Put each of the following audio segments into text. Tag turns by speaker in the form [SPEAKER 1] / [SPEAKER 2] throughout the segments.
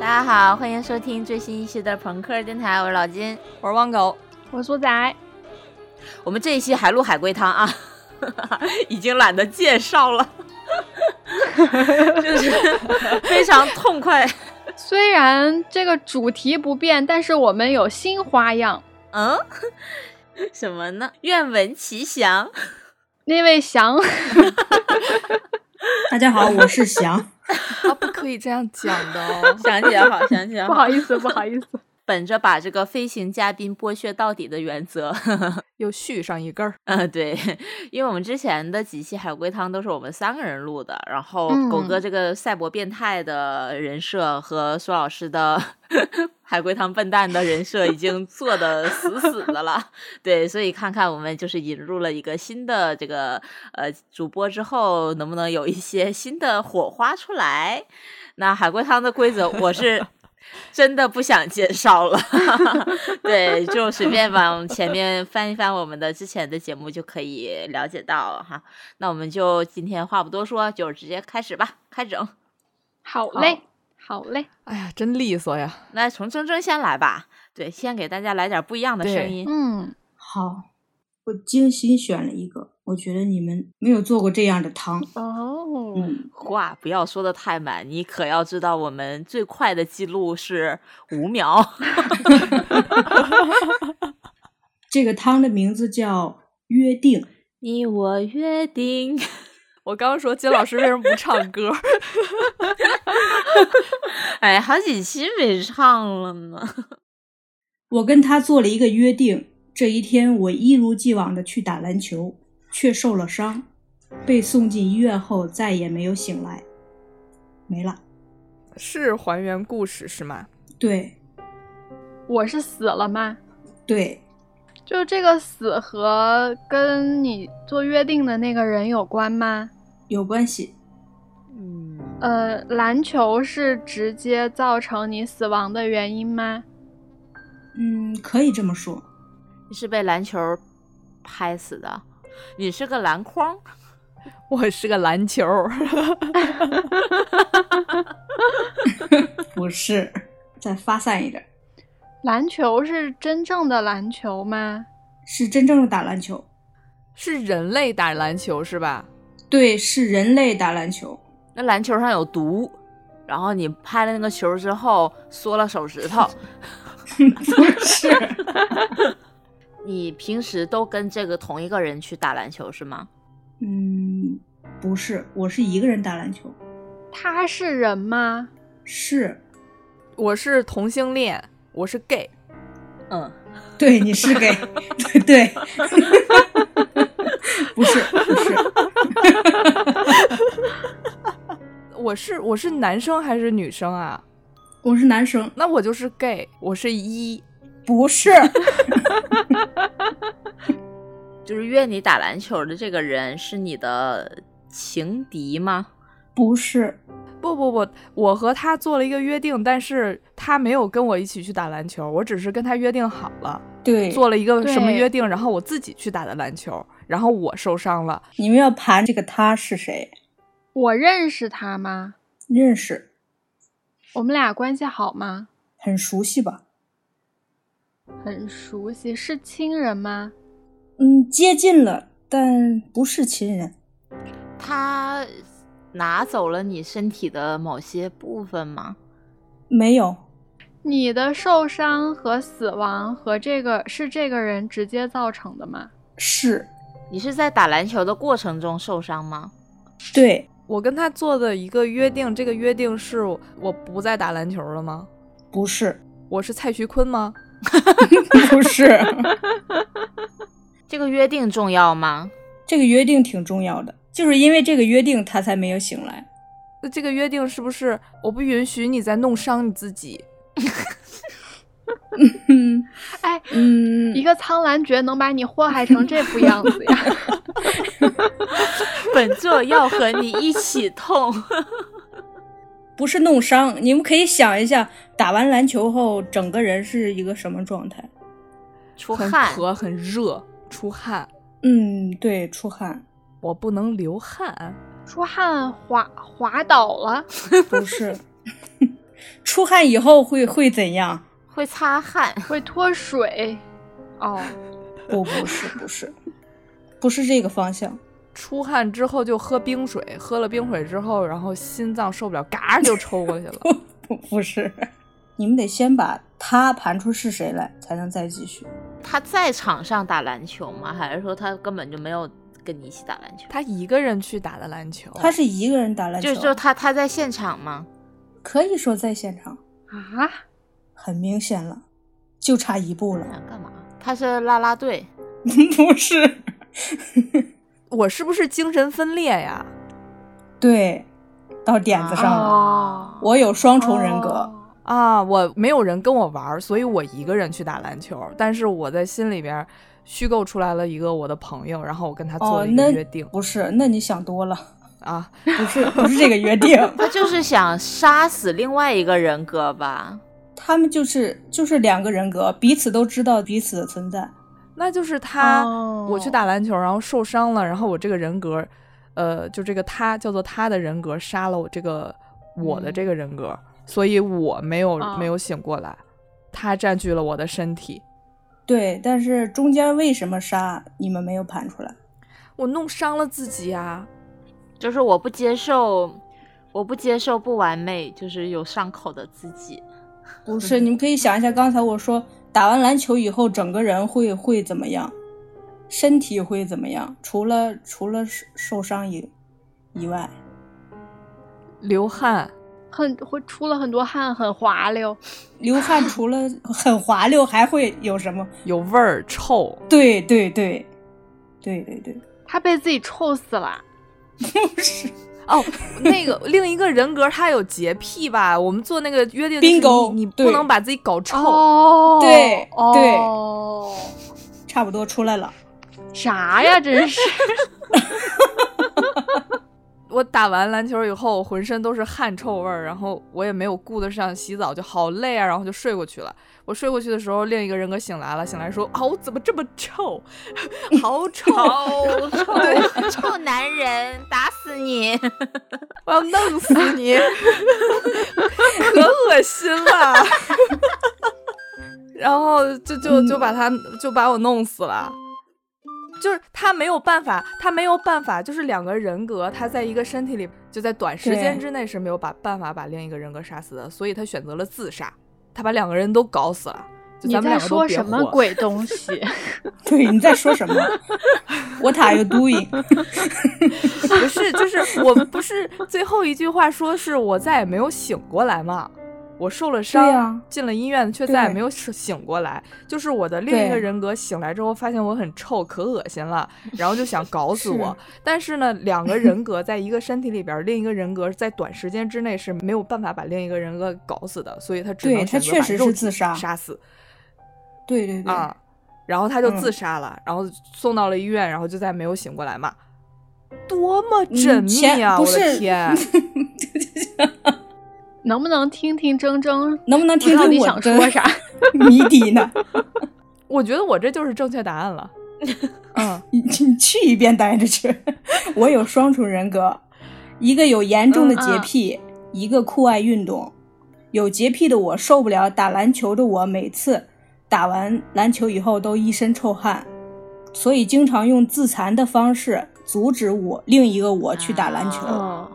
[SPEAKER 1] 家好，欢迎收听最新一期的朋克电台，我是老金。
[SPEAKER 2] 我是汪狗，
[SPEAKER 3] 我说仔，
[SPEAKER 1] 我们这一期还录海龟汤啊， 已经懒得介绍 了，就是非常痛快。
[SPEAKER 3] 虽然这个主题不变，但是我们有新花样。
[SPEAKER 1] 嗯，什么呢？愿闻其详。。
[SPEAKER 3] 那位 翔，
[SPEAKER 4] 大家好，我是翔。
[SPEAKER 2] 啊，不可以这样讲的哦
[SPEAKER 1] 想起来好，想起来
[SPEAKER 3] 不
[SPEAKER 1] 好。
[SPEAKER 3] 好意思，不好意思，
[SPEAKER 1] 本着把这个飞行嘉宾剥削到底的原则，
[SPEAKER 2] 又续上一根儿，
[SPEAKER 1] 啊，对， 因为我们之前的几期海龟汤都是我们三个人录的，然后狗哥
[SPEAKER 3] 嗯
[SPEAKER 1] 这个赛博变态的人设和苏老师的 海龟汤笨蛋的人设已经做的死死的了，对，所以看看我们就是引入了一个新的这个呃主播之后，能不能有一些新的火花出来？那海龟汤的规则我是真的不想介绍了， 对，就随便往前面翻一翻我们的之前的节目就可以了解到了哈。那我们就今天话不多说，就直接开始吧，开整。
[SPEAKER 3] 好嘞，好嘞，
[SPEAKER 2] 哎呀，真利索呀！
[SPEAKER 1] 那从铮铮先来吧，对，先给大家来点不一样的声
[SPEAKER 2] 对
[SPEAKER 1] 音。
[SPEAKER 3] 嗯，
[SPEAKER 4] 好，我精心选了一个，我觉得你们没有做过这样的汤。
[SPEAKER 3] 哦，
[SPEAKER 4] 嗯，
[SPEAKER 1] 话不要说的太满，你可要知道我们最快的记录是五秒。
[SPEAKER 4] 这个汤的名字叫约定。
[SPEAKER 1] 你我约定，
[SPEAKER 2] 我刚刚说金老师为什么不唱歌？
[SPEAKER 1] 哎，好几期没唱了呢。
[SPEAKER 4] 我跟他做了一个约定，这一天我一如既往的去打篮球，却受了伤，被送进医院后再也没有醒来。没了。
[SPEAKER 2] 是还原故事是吗？
[SPEAKER 4] 对
[SPEAKER 3] 我是死了吗？
[SPEAKER 4] 对，
[SPEAKER 3] 就这个死和跟你做约定的那个人有关吗？
[SPEAKER 4] 有关系。
[SPEAKER 1] 嗯，
[SPEAKER 3] 呃，篮球是直接造成你死亡的原因吗？
[SPEAKER 4] 嗯，可以这么说。
[SPEAKER 1] 你是被篮球拍死的，你是个篮筐。
[SPEAKER 2] 我是个篮球，
[SPEAKER 4] 不是，再发散一点，
[SPEAKER 3] 篮球是真正的篮球吗？
[SPEAKER 4] 是真正的打篮球。
[SPEAKER 2] 是人类打篮球是吧？
[SPEAKER 4] 对，是人类打篮球。
[SPEAKER 1] 那篮球上有毒，然后你拍了那个球之后缩了手指头。
[SPEAKER 4] 不是，
[SPEAKER 1] 你平时都跟这个同一个人去打篮球是吗？
[SPEAKER 4] 嗯，不是，我是一个人打篮球。
[SPEAKER 3] 他是人吗？
[SPEAKER 4] 是，
[SPEAKER 2] 我是同性恋，我是 gay，
[SPEAKER 1] 嗯，
[SPEAKER 4] 对，你是给，对对， 不是不是，
[SPEAKER 2] 我是我是男生还是女生啊？
[SPEAKER 4] 我是男生，
[SPEAKER 2] 那我就是 gay，我是一。
[SPEAKER 4] 不是，
[SPEAKER 1] 就是约你打篮球的这个人是你的情敌吗？
[SPEAKER 4] 不是，
[SPEAKER 2] 不不不，我和他做了一个约定，但是他没有跟我一起去打篮球，我只是跟他约定好了，
[SPEAKER 4] 对，
[SPEAKER 2] 做了一个什么
[SPEAKER 3] 对
[SPEAKER 2] 约定，然后我自己去打的篮球，然后我受伤了，
[SPEAKER 4] 你们要盘这个他是谁？
[SPEAKER 3] 我认识他吗？
[SPEAKER 4] 认识，
[SPEAKER 3] 我们俩关系好吗？
[SPEAKER 4] 很熟悉吧？
[SPEAKER 3] 很熟悉，是亲人吗？
[SPEAKER 4] 嗯，接近了，但不是亲人。
[SPEAKER 1] 他拿走了你身体的某些部分吗？
[SPEAKER 4] 没有，
[SPEAKER 3] 你的受伤和死亡和这个是这个人直接造成的吗？
[SPEAKER 4] 是，
[SPEAKER 1] 你是在打篮球的过程中受伤吗？
[SPEAKER 4] 对，
[SPEAKER 2] 我跟他做的一个约定，这个约定是我不再打篮球了吗？
[SPEAKER 4] 不是，
[SPEAKER 2] 我是蔡徐坤吗？
[SPEAKER 4] 不是，
[SPEAKER 1] 这个约定重要吗？
[SPEAKER 4] 这个约定挺重要的，就是因为这个约定他才没有醒来。
[SPEAKER 2] 那这个约定是不是我不允许你再弄伤你自己？
[SPEAKER 4] 嗯
[SPEAKER 3] 哎，
[SPEAKER 4] 嗯
[SPEAKER 3] 一个苍兰诀能把你祸害成这副样子呀？
[SPEAKER 1] 本座要和你一起痛。
[SPEAKER 4] 不是弄伤，你们可以想一下，打完篮球后整个人是一个什么状态？
[SPEAKER 1] 出
[SPEAKER 2] 很
[SPEAKER 1] 汗，
[SPEAKER 2] 渴，很热，出汗，
[SPEAKER 4] 嗯，对，出汗，
[SPEAKER 2] 我不能流汗。
[SPEAKER 3] 出汗滑滑倒了，
[SPEAKER 4] 不是， 出汗以后会会怎样？
[SPEAKER 1] 会擦汗，
[SPEAKER 3] 会脱水。哦，
[SPEAKER 4] 不，不是，不是，不是这个方向。
[SPEAKER 2] 出汗之后就喝冰水，喝了冰水之后，然后心脏受不了，嘎就抽过去了。
[SPEAKER 4] 不，不是。你们得先把他盘出是谁来，才能再继续。
[SPEAKER 1] 他在场上打篮球吗？还是说他根本就没有跟你一起打篮球？
[SPEAKER 2] 他一个人去打的篮球，
[SPEAKER 4] 他是一个人打篮球，
[SPEAKER 1] 就就他他在现场吗？
[SPEAKER 4] 可以说在现场，
[SPEAKER 3] 啊，
[SPEAKER 4] 很明显了，就差一步
[SPEAKER 1] 他
[SPEAKER 4] 了。
[SPEAKER 1] 想干嘛？他是啦啦队，
[SPEAKER 4] 不是，
[SPEAKER 2] 我是不是精神分裂呀？
[SPEAKER 4] 对，到点子上了。
[SPEAKER 3] 哦，
[SPEAKER 4] 我有双重人格，
[SPEAKER 3] 哦
[SPEAKER 2] 啊，我没有人跟我玩儿，所以我一个人去打篮球。但是我在心里边儿虚构出来了一个我的朋友，然后我跟他做
[SPEAKER 4] 哦
[SPEAKER 2] 了，一
[SPEAKER 4] 那
[SPEAKER 2] 个约定、
[SPEAKER 4] 不是，那你想 多了，
[SPEAKER 2] 啊。
[SPEAKER 4] 不是，不是这个约定，
[SPEAKER 1] 他就是想杀死另外一个人格吧？
[SPEAKER 4] 他们就是就是两个人格，彼此都知道彼此的存在。
[SPEAKER 2] 那就是他，
[SPEAKER 3] 哦
[SPEAKER 2] 我去打篮球，然后受伤了，然后我这个人格，呃，就这个他叫做他的人格杀了我这个我
[SPEAKER 4] 嗯
[SPEAKER 2] 的这个人格，所以我没有、
[SPEAKER 3] 哦
[SPEAKER 2] 没有醒过来，他占据了我的身体。
[SPEAKER 4] 对，但是中间为什么杀你们没有盘出来？
[SPEAKER 2] 我弄伤了自己啊！
[SPEAKER 1] 就是我不接受，我不接受不完美，就是有伤口的自己。
[SPEAKER 4] 不是，你们可以想一下，刚才我说打完篮球以后，整个人会会怎么样，身体会怎么样？除了除了受受伤以以外，
[SPEAKER 2] 流汗，
[SPEAKER 3] 很会出了很多汗，很滑溜。
[SPEAKER 4] 流汗除了很滑溜，还会有什么？
[SPEAKER 2] 有味儿，臭。
[SPEAKER 4] 对对对，对对 对，
[SPEAKER 3] 他被自己臭死了。
[SPEAKER 4] 不是
[SPEAKER 2] 哦，那个另一个人格他有洁癖吧？我们做那个约定就是你
[SPEAKER 4] Bingo，
[SPEAKER 2] 你
[SPEAKER 4] 对
[SPEAKER 2] 不能把自己搞臭。
[SPEAKER 3] 哦，
[SPEAKER 4] 对对
[SPEAKER 3] 哦，
[SPEAKER 4] 差不多出来了。
[SPEAKER 3] 啥呀？真是
[SPEAKER 2] 我打完篮球以后，我浑身都是汗臭味儿，然后我也没有顾得上洗澡，就好累啊，然后就睡过去了。我睡过去的时候，另一个人格醒来了，醒来说：“啊，我怎么这么臭？ 好臭！啊
[SPEAKER 1] 好 臭 臭男人，打死 你！
[SPEAKER 2] 我要弄死你！可恶心了。” 然后就就就把他就把我弄死了。就是他没有办法，他没有办法，就是两个人格，他在一个身体里，就在短时间
[SPEAKER 4] 对
[SPEAKER 2] 之内是没有把办法把另一个人格杀死的，所以他选择了自杀，他把两个人都搞死了。就
[SPEAKER 3] 你
[SPEAKER 2] 咱们
[SPEAKER 3] 在
[SPEAKER 2] 两个都
[SPEAKER 3] 说
[SPEAKER 2] 别
[SPEAKER 3] 什么
[SPEAKER 2] 活？
[SPEAKER 3] 鬼东 西？
[SPEAKER 4] 对，你在说什么？What are you doing？
[SPEAKER 2] 不是，就是我不是最后一句话说是我再也没有醒过来嘛，我受了伤，
[SPEAKER 4] 对呀
[SPEAKER 2] 进了医院，却再也
[SPEAKER 4] 对
[SPEAKER 2] 没有醒醒过来。就是我的另一个
[SPEAKER 4] 对
[SPEAKER 2] 人格醒来之后，发现我很臭，可恶心了，然后就想搞死我
[SPEAKER 4] 是。
[SPEAKER 2] 但是呢，两个人格在一个身体里边儿，另一个人格在短时间之内是没有办法把另一个人格搞死的，所以他只
[SPEAKER 4] 对
[SPEAKER 2] 能
[SPEAKER 4] 他
[SPEAKER 2] 选择
[SPEAKER 4] 确
[SPEAKER 2] 把
[SPEAKER 4] 实
[SPEAKER 2] 肉
[SPEAKER 4] 是
[SPEAKER 2] 体
[SPEAKER 4] 自杀
[SPEAKER 2] 杀死
[SPEAKER 4] 对对对，
[SPEAKER 2] 啊。然后他就
[SPEAKER 4] 嗯
[SPEAKER 2] 自杀了，然后送到了医院，然后就再没有醒过来嘛。多么
[SPEAKER 4] 嗯
[SPEAKER 2] 缜密
[SPEAKER 4] 前
[SPEAKER 2] 啊！
[SPEAKER 4] 不
[SPEAKER 2] 我的
[SPEAKER 4] 是
[SPEAKER 2] 天，
[SPEAKER 3] 能不能听听铮铮？
[SPEAKER 4] 能不能听
[SPEAKER 3] 我到
[SPEAKER 4] 听
[SPEAKER 3] 底
[SPEAKER 4] 我
[SPEAKER 3] 想
[SPEAKER 4] 的
[SPEAKER 3] 说啥
[SPEAKER 4] 谜底呢？
[SPEAKER 2] 我觉得我这就是正确答案了。嗯，
[SPEAKER 4] 你你去一边待着去。 我有双重人格，一个有严重的洁癖，一个酷爱运动。有洁癖的我受不了打篮球的我，每次打完篮球以后都一身臭汗，所以经常用自残的方式阻止我另一个我去打篮球。
[SPEAKER 3] 哦
[SPEAKER 2] 嗯
[SPEAKER 3] 嗯
[SPEAKER 1] 啊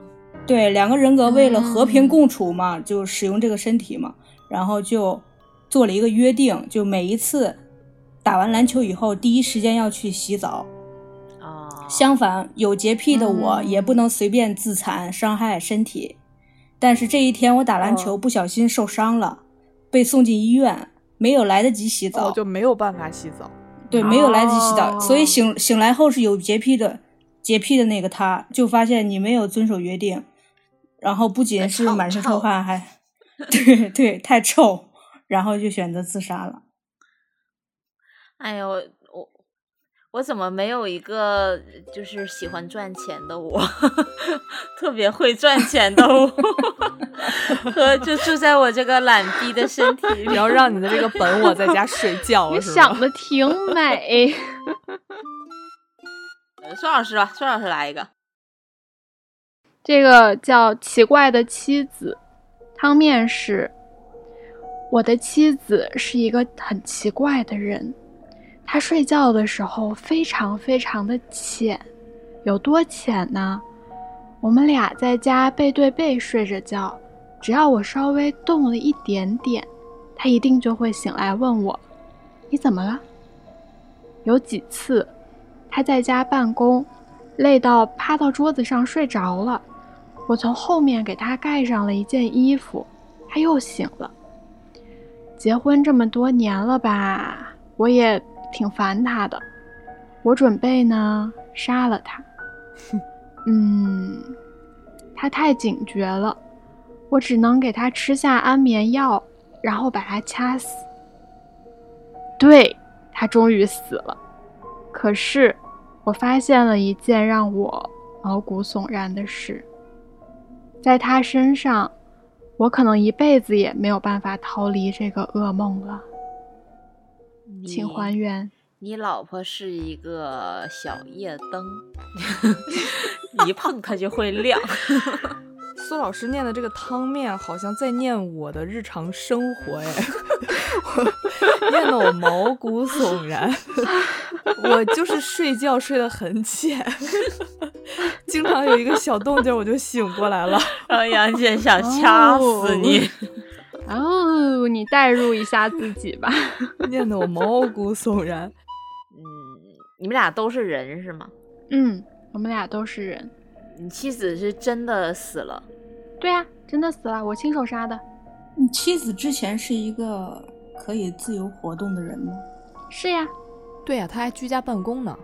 [SPEAKER 4] 对，两个人格为了和平共处嘛，就使用这个身体嘛，然后就做了一个约定，就每一次打完篮球以后，第一时间要去洗澡。
[SPEAKER 1] 啊，
[SPEAKER 4] 相反，有洁癖的我
[SPEAKER 3] 嗯
[SPEAKER 4] 也不能随便自残伤害身体。但是这一天我打篮
[SPEAKER 5] 嗯
[SPEAKER 4] 球不小心受伤了，被送进医院，没有来得及洗澡，
[SPEAKER 5] 哦
[SPEAKER 2] 我就没有办法洗澡。
[SPEAKER 4] 对，没有来得及洗澡，
[SPEAKER 3] 哦
[SPEAKER 4] 所以醒醒来后是有洁癖的，洁癖的那个他就发现你没有遵守约定，然后不仅是
[SPEAKER 1] 臭
[SPEAKER 4] 满身
[SPEAKER 1] 臭
[SPEAKER 4] 臭汗，还 对对太臭，然后就选择自杀了。
[SPEAKER 1] 哎呦，我我怎么没有一个就是喜欢赚钱的我， 特别会赚钱的我， 和就住在我这个懒逼的身体里
[SPEAKER 2] 你。要让你的这个本我在家睡 觉，
[SPEAKER 3] 你
[SPEAKER 2] 是吧
[SPEAKER 3] 想的挺美。
[SPEAKER 1] 孙老师吧，孙老师来一个。
[SPEAKER 3] 这个叫《奇怪的妻子》，汤面是：我的妻子是一个很奇怪的人，她睡觉的时候非常非常的浅，有多浅呢？我们俩在家背对背睡着觉，只要我稍微动了一点点，她一定就会醒来问我：“你怎么了？”有几次，她在家办公，累到趴到桌子上睡着了。我从后面给她盖上了一件衣服，她又醒了。结婚这么多年了吧，我也挺烦她的。我准备呢杀了她。嗯，她太警觉了，我只能给她吃下安眠药，然后把她掐死。对，她终于死了。可是，我发现了一件让我毛骨悚然的事。在他身上，我可能一辈子也没有办法逃离这个噩梦了。请还原。
[SPEAKER 1] 你老婆是一个小夜灯，一碰它就会亮。
[SPEAKER 2] 苏老师念的这个汤面，好像在念我的日常生活哎， 我念得我毛骨悚然。我就是睡觉睡得很浅， 经常有一个小动静我就醒过来了。
[SPEAKER 1] 然后杨姐想掐死 你，
[SPEAKER 3] 哦，你代入一下自己吧。
[SPEAKER 2] 念得我毛骨悚然。
[SPEAKER 1] 嗯，你们俩都是人是吗？
[SPEAKER 3] 嗯，我们俩都是人。
[SPEAKER 1] 你妻子是真的死了，
[SPEAKER 3] 对啊，真的死了，我亲手杀的。
[SPEAKER 5] 你妻子之前是一个可以自由活动的人吗？
[SPEAKER 3] 是呀，
[SPEAKER 2] 对呀、他还居家办公呢。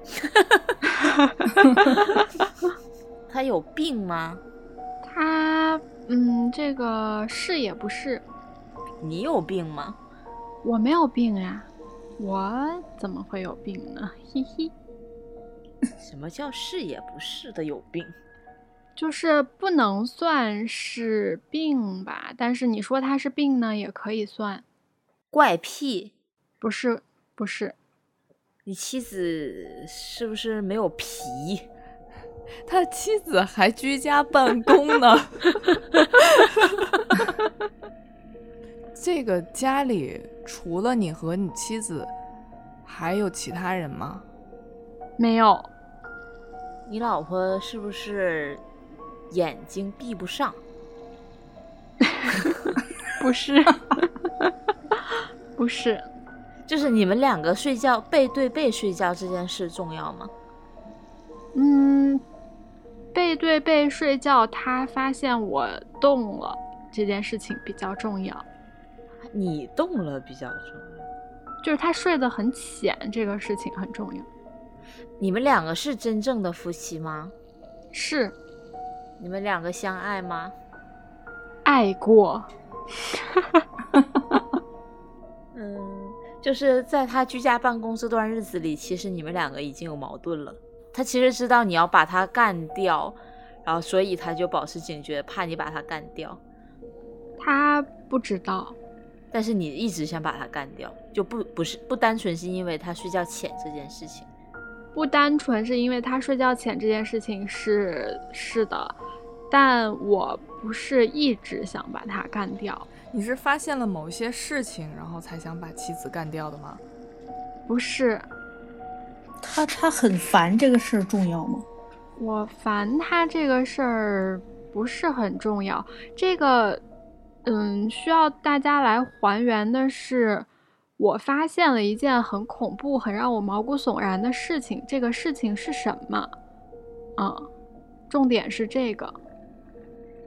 [SPEAKER 1] 她有病吗？
[SPEAKER 3] 他嗯，这个是也不是，
[SPEAKER 1] 你有病吗？
[SPEAKER 3] 我没有病呀、我怎么会有病呢？ 嘿嘿，
[SPEAKER 1] 什么叫是也不是的有病？
[SPEAKER 3] 就是不能算是病吧，但是你说他是病呢，也可以算，
[SPEAKER 1] 怪癖？
[SPEAKER 3] 不是不是，
[SPEAKER 1] 你妻子是不是没有皮？
[SPEAKER 2] 他妻子还居家办公呢。 这个家里除了你和你妻子，还有其他人吗？
[SPEAKER 3] 没有，
[SPEAKER 1] 你老婆是不是眼睛闭不上？
[SPEAKER 3] 不是，不是，
[SPEAKER 1] 就是你们两个睡觉背对背睡觉这件事重要吗？
[SPEAKER 3] 嗯，背对背睡觉，他发现我动了这件事情比较重要，
[SPEAKER 1] 你动了比较重要。
[SPEAKER 3] 就是他睡得很浅，这个事情很重要。
[SPEAKER 1] 你们两个是真正的夫妻吗？
[SPEAKER 3] 是
[SPEAKER 1] 你们两个相爱吗？
[SPEAKER 3] 爱过，
[SPEAKER 1] 嗯，就是在他居家办公这段日子里，其实你们两个已经有矛盾了。他其实知道你要把他干掉，然后所以他就保持警觉，怕你把他干掉。
[SPEAKER 3] 他不知道，
[SPEAKER 1] 但是你一直想把他干掉，就不不是不单纯是因为他睡觉浅这件事情。
[SPEAKER 3] 不单纯是因为他睡觉浅这件事情是是的，但我不是一直想把他干掉，
[SPEAKER 2] 你是发现了某些事情，然后才想把妻子干掉的吗？
[SPEAKER 3] 不是
[SPEAKER 5] 他他很烦这个事儿重要吗？
[SPEAKER 3] 我烦他这个事儿不是很重要，这个嗯，需要大家来还原的是。我发现了一件很恐怖、很让我毛骨悚然的事情。这个事情是什么？嗯，重点是这个。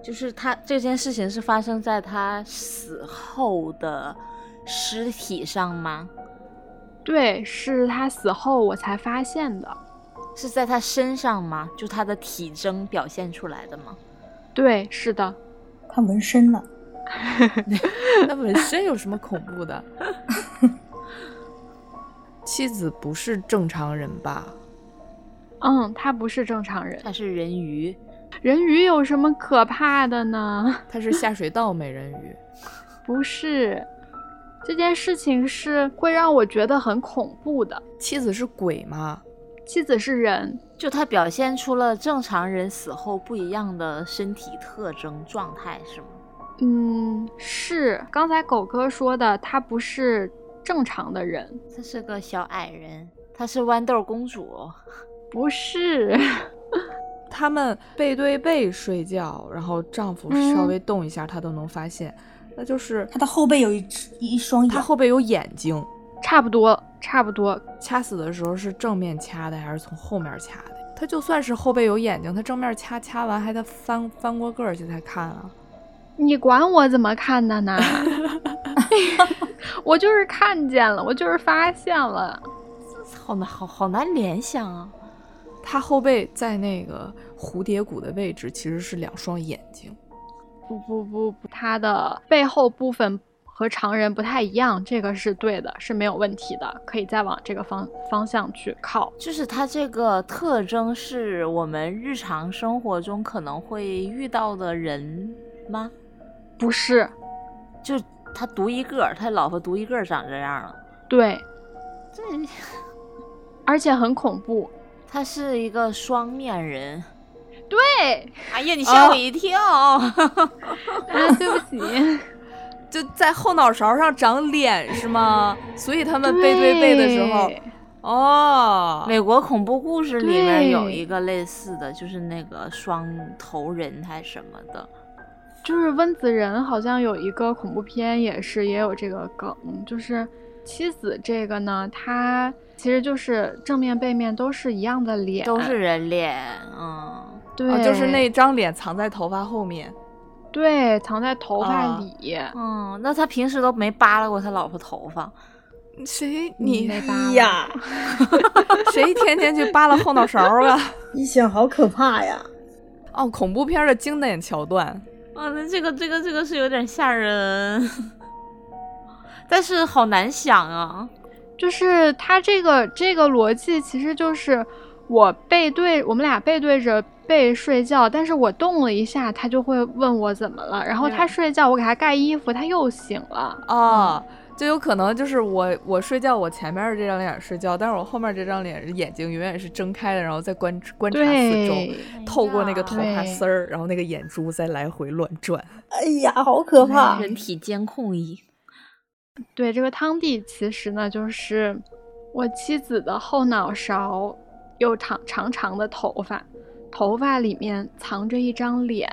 [SPEAKER 1] 就是他这件事情是发生在他死后的尸体上吗？
[SPEAKER 3] 对，是他死后我才发现的。
[SPEAKER 1] 是在他身上吗？就他的体征表现出来的吗？
[SPEAKER 3] 对，是的，
[SPEAKER 5] 他纹身了，
[SPEAKER 2] 那本身有什么恐怖的？ 妻子不是正常人吧？
[SPEAKER 3] 嗯，他不是正常人。
[SPEAKER 1] 他是人鱼，
[SPEAKER 3] 人鱼有什么可怕的呢？
[SPEAKER 2] 她是下水道美人鱼。
[SPEAKER 3] 不是，这件事情是会让我觉得很恐怖的。
[SPEAKER 2] 妻子是鬼吗？
[SPEAKER 3] 妻子是人，
[SPEAKER 1] 就他表现出了正常人死后不一样的身体特征状态，是吗？
[SPEAKER 3] 嗯，是刚才狗哥说的，他不是正常的人，
[SPEAKER 1] 她是个小矮人，她是豌豆公主。
[SPEAKER 3] 不是。
[SPEAKER 2] 他们背对背睡觉，然后丈夫
[SPEAKER 3] 嗯
[SPEAKER 2] 稍微动一下，她都能发现，那就是
[SPEAKER 5] 他的后背有一一双
[SPEAKER 2] 她
[SPEAKER 5] 眼，
[SPEAKER 2] 后背有眼睛。
[SPEAKER 3] 差不多，差不多。
[SPEAKER 2] 掐死的时候是正面掐的还是从后面掐的？她就算是后背有眼睛，她正面掐掐完还得翻翻过个儿去才看啊。
[SPEAKER 3] 你管我怎么看的呢？我就是看见了，我就是发现了。
[SPEAKER 1] 好难，好好难联想啊！
[SPEAKER 2] 她后背在那个蝴蝶骨的位置其实是两双眼睛。
[SPEAKER 3] 不不不不，它的背后部分和常人不太一样，这个是对的，是没有问题的，可以再往这个方方向去靠。
[SPEAKER 1] 就是它这个特征是我们日常生活中可能会遇到的人吗？
[SPEAKER 3] 不是，
[SPEAKER 1] 就他独一个儿，他老婆独一个儿长这样了。
[SPEAKER 3] 对，
[SPEAKER 1] 这
[SPEAKER 3] 而且很恐怖。
[SPEAKER 1] 他是一个双面人。
[SPEAKER 3] 对，
[SPEAKER 1] 哎呀，你
[SPEAKER 2] 吓
[SPEAKER 1] 吓
[SPEAKER 2] 我
[SPEAKER 1] 我一跳！
[SPEAKER 3] 啊，对不起，
[SPEAKER 2] 就在后脑勺上长脸 是吗？所以他们背对背的时候，
[SPEAKER 3] 对
[SPEAKER 2] 哦，
[SPEAKER 1] 美国恐怖故事里面
[SPEAKER 3] 对
[SPEAKER 1] 有一个类似的，就是那个双头人还什么的。
[SPEAKER 3] 就是温子仁好像有一个恐怖片，也是也有这个梗，就是妻子这个呢，它其实就是正面背面都是一样的脸，
[SPEAKER 1] 都是人脸，嗯，
[SPEAKER 3] 对、
[SPEAKER 2] 哦就是那张脸藏在头发后面。
[SPEAKER 3] 对藏在头发
[SPEAKER 2] 啊
[SPEAKER 3] 里，
[SPEAKER 1] 嗯，那他平时都没扒拉过他老婆头发，
[SPEAKER 2] 谁
[SPEAKER 3] 你
[SPEAKER 2] 你
[SPEAKER 3] 没扒拉
[SPEAKER 4] 呀，
[SPEAKER 2] 谁天天去扒拉后脑勺啊？
[SPEAKER 4] 一想好可怕呀！
[SPEAKER 2] 哦，恐怖片的经典桥段。
[SPEAKER 1] 啊，那这个这个这个是有点吓人， 但是好难想啊，
[SPEAKER 3] 就是它这个这个逻辑其实就是我背对我们俩背对着背睡觉，但是我动了一下，它就会问我怎么了，然后它
[SPEAKER 1] 嗯
[SPEAKER 3] 睡觉，我给它盖衣服，它又醒了，
[SPEAKER 2] 哦，就有可能就是我我睡觉，我前面的这张脸睡觉，但是我后面这张脸眼睛永远是睁开的，然后再观观察四周，
[SPEAKER 3] 对。
[SPEAKER 2] 透过那个头发
[SPEAKER 3] 对
[SPEAKER 2] 丝儿，然后那个眼珠再来回乱转。哎
[SPEAKER 4] 哎呀，好可怕！
[SPEAKER 1] 人体监控仪，
[SPEAKER 3] 对，这个汤底其实呢，就是我妻子的后脑勺有长长长的头发，头发里面藏着一张脸，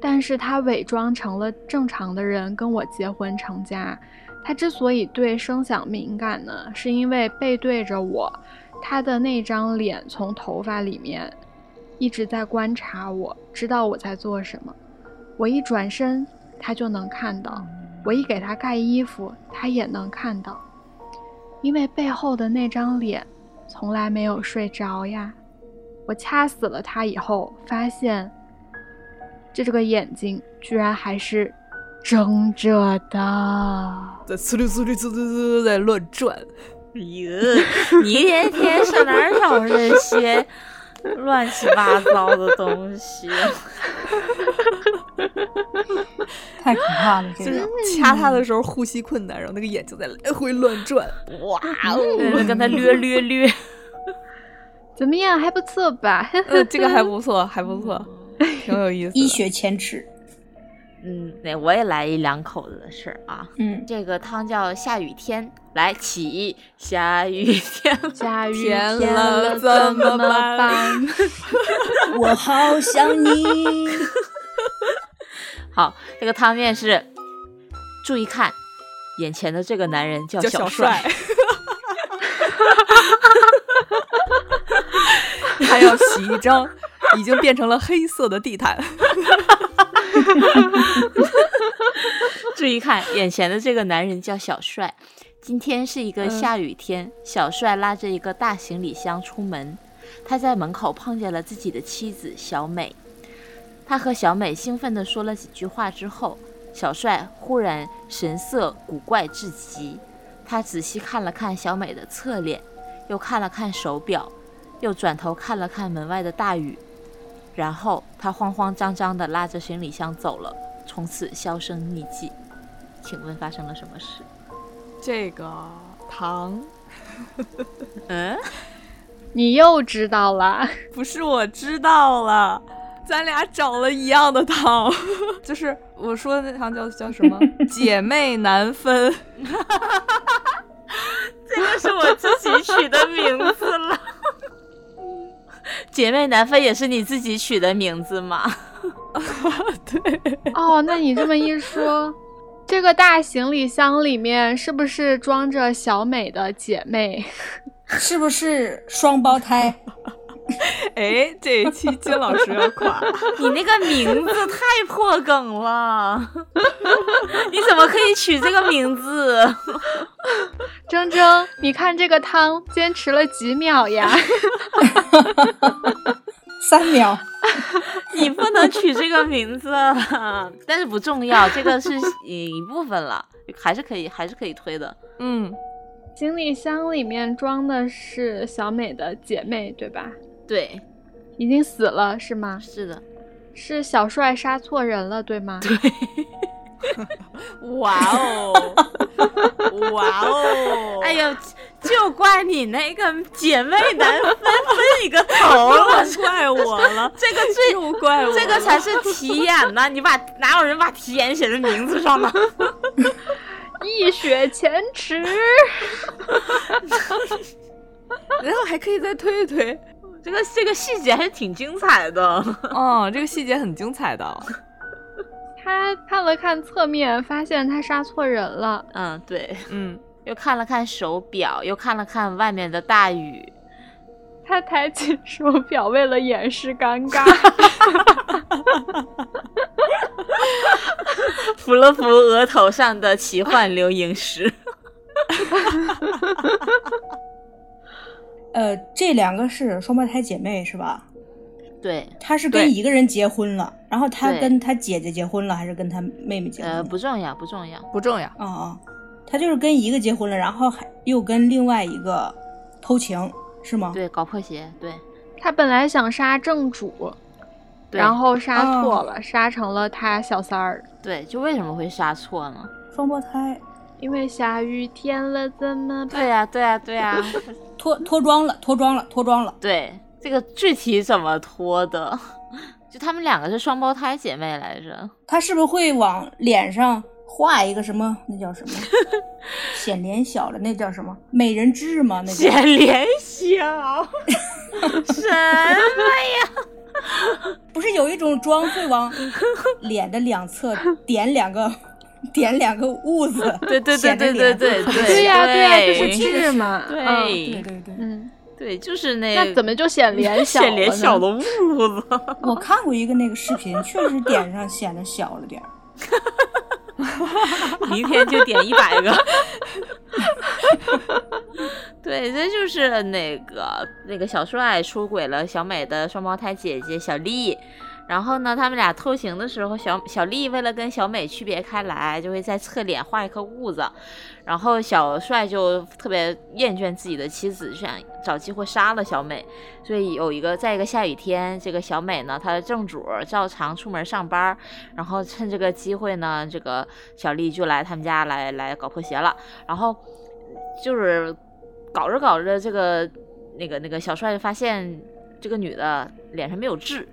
[SPEAKER 3] 但是她伪装成了正常的人跟我结婚成家。她之所以对声响敏感呢，是因为背对着我，她的那张脸从头发里面一直在观察我，知道我在做什么。我一转身，她就能看到。我一给他盖衣服，他也能看到，因为背后的那张脸从来没有睡着呀。我掐死了他以后，发现这这个眼睛居然还是睁着的。
[SPEAKER 2] 在呲溜呲溜呲溜呲溜在乱转，哎
[SPEAKER 1] 哟， 你一天天上哪儿找这些乱七八糟的东西？
[SPEAKER 5] 太可怕了，这
[SPEAKER 2] 就是
[SPEAKER 5] 个。
[SPEAKER 2] 掐他的时候呼吸困难，然后那个眼睛在来回乱 转。
[SPEAKER 1] 哇哦，跟他略略略，
[SPEAKER 3] 怎么样，还不错吧？
[SPEAKER 2] 嗯，这个还不错，还不错，挺有意思的。
[SPEAKER 5] 医学前耻，
[SPEAKER 1] 嗯，那我也来一两口子的事儿啊。
[SPEAKER 5] 嗯，
[SPEAKER 1] 这个汤叫下雨天，来起，下雨天了。
[SPEAKER 3] 下雨
[SPEAKER 2] 天
[SPEAKER 3] 天
[SPEAKER 2] 了
[SPEAKER 3] 怎
[SPEAKER 2] 怎
[SPEAKER 3] 么
[SPEAKER 2] 么办
[SPEAKER 3] 办？
[SPEAKER 4] 我好想你。
[SPEAKER 1] 好，这个汤面是，注意看，眼前的这个男人叫
[SPEAKER 2] 叫
[SPEAKER 1] 小
[SPEAKER 2] 小帅， 他要洗一张已经变成了黑色的地毯。
[SPEAKER 1] 注意看，眼前的这个男人叫小帅。今天是一个下雨天，小帅拉着一个大行李箱出门。他在门口碰见了自己的妻子小美。他和小美兴奋地说了几句话之后，小帅忽然神色古怪至极。他仔细看了看小美的侧脸，又看了看手表，又转头看了看门外的大雨，然后他慌慌张张地拉着行李箱走了。从此销声匿迹。请问发生了什么事？
[SPEAKER 2] 这个糖
[SPEAKER 1] 嗯，
[SPEAKER 3] 你又知道了，
[SPEAKER 2] 不是我知道了，咱俩整了一样的汤， 就是我说的那堂叫叫 什么姐妹难分，
[SPEAKER 1] 这个是我自己取的名字了。姐妹难分也是你自己取的名字吗？
[SPEAKER 2] 对，
[SPEAKER 3] 哦，那你这么一说，这个大行李箱里面是不是装着小美的姐妹？
[SPEAKER 5] 是不是双胞胎？
[SPEAKER 2] 哎，这一期金老师要垮，
[SPEAKER 1] 你那个名字太破梗了， 你怎么可以取这个名字？
[SPEAKER 3] 铮铮，你看这个汤坚持了几秒呀？
[SPEAKER 5] 三秒，
[SPEAKER 1] 你不能取这个名字啊了，但是不重要，这个是一部分了，还是可以，还是可以推的。
[SPEAKER 2] 嗯，
[SPEAKER 3] 行李箱里面装的是小美的姐妹，对吧？
[SPEAKER 1] 对，
[SPEAKER 3] 已经死了是吗？
[SPEAKER 1] 是的，
[SPEAKER 3] 是小帅杀错人了，对吗？
[SPEAKER 2] 哇哦，哇哦，
[SPEAKER 1] 哎呦，就怪你那个姐妹难分分一个头了，
[SPEAKER 2] 又怪我了，
[SPEAKER 1] 这个最
[SPEAKER 2] 又怪我了，
[SPEAKER 1] 这个才是题眼呢！你把哪有人把题眼写在名字上呢？
[SPEAKER 3] 一雪前耻，
[SPEAKER 2] 然后还可以再推一推，
[SPEAKER 1] 这个这个细节还是挺精彩的。
[SPEAKER 2] 哦，这个细节很精彩的哦，
[SPEAKER 3] 他看了看侧面，发现他杀错人了。
[SPEAKER 1] 嗯，对，
[SPEAKER 2] 嗯，
[SPEAKER 1] 又看了看手表，又看了看外面的大雨。
[SPEAKER 3] 他抬起手表，为了掩饰尴尬。
[SPEAKER 1] 扶了扶额头上的奇幻流萤石。
[SPEAKER 5] 呃，这两个是双胞胎姐妹是吧？
[SPEAKER 1] 对，
[SPEAKER 5] 她是
[SPEAKER 2] 对
[SPEAKER 5] 跟一个人结婚了，然后她
[SPEAKER 1] 对
[SPEAKER 5] 跟她姐姐结婚了，还是跟她妹妹结婚了？
[SPEAKER 1] 呃，不重要，不重要。
[SPEAKER 2] 不重要，
[SPEAKER 5] 哦哦，她就是跟一个结婚了，然后还又跟另外一个偷情，是吗？
[SPEAKER 1] 对，搞破鞋，对，
[SPEAKER 3] 他本来想杀正主，
[SPEAKER 1] 对
[SPEAKER 3] 然后杀错了，杀成了他小三儿。
[SPEAKER 1] 对，就为什么会杀错 呢？
[SPEAKER 5] 双胞胎
[SPEAKER 3] 因为下雨天了怎么办？
[SPEAKER 1] 对呀、对呀、对 呀、
[SPEAKER 5] 脱脱妆了，脱妆了，脱妆了。
[SPEAKER 1] 对，这个具体怎么脱的？ 就她们两个是双胞胎姐妹来着，
[SPEAKER 5] 她是不是会往脸上画一个什么？那叫 什么？显脸小了，那叫什么？美人痣吗？那
[SPEAKER 1] 显
[SPEAKER 5] 叫
[SPEAKER 1] 脸 小，什么呀？
[SPEAKER 5] 不是有一种妆会往 脸的两侧点两个点两个痦子？
[SPEAKER 1] 对对对
[SPEAKER 5] 显着
[SPEAKER 1] 对对
[SPEAKER 5] 脸
[SPEAKER 1] 对对
[SPEAKER 3] 对呀、对呀、这
[SPEAKER 1] 对
[SPEAKER 3] 不治嘛？嗯
[SPEAKER 5] 对
[SPEAKER 1] 对
[SPEAKER 5] 对对，
[SPEAKER 3] 嗯，
[SPEAKER 1] 对，就是那
[SPEAKER 3] 那怎么就 显脸小了
[SPEAKER 1] 显
[SPEAKER 3] 呢？
[SPEAKER 1] 脸小的痦子？
[SPEAKER 5] 我看过一个那个视频，确实点上显得小了点儿。
[SPEAKER 1] 明天就点一百个。 对，这就是那个那个小帅出轨了小美的双胞胎姐姐小丽，然后呢，他们俩偷情的时候，小小丽为了跟小美区别开来，就会在侧脸画一颗痦子，然后小帅就特别厌倦自己的妻子，想找机会杀了小美，所以有一个在一个下雨天，这个小美呢，她的正主照常出门上班，然后趁这个机会呢，这个小丽就来他们家来来搞破鞋了。然后就是搞着搞着，这个那个那个小帅就发现这个女的脸上没有痣，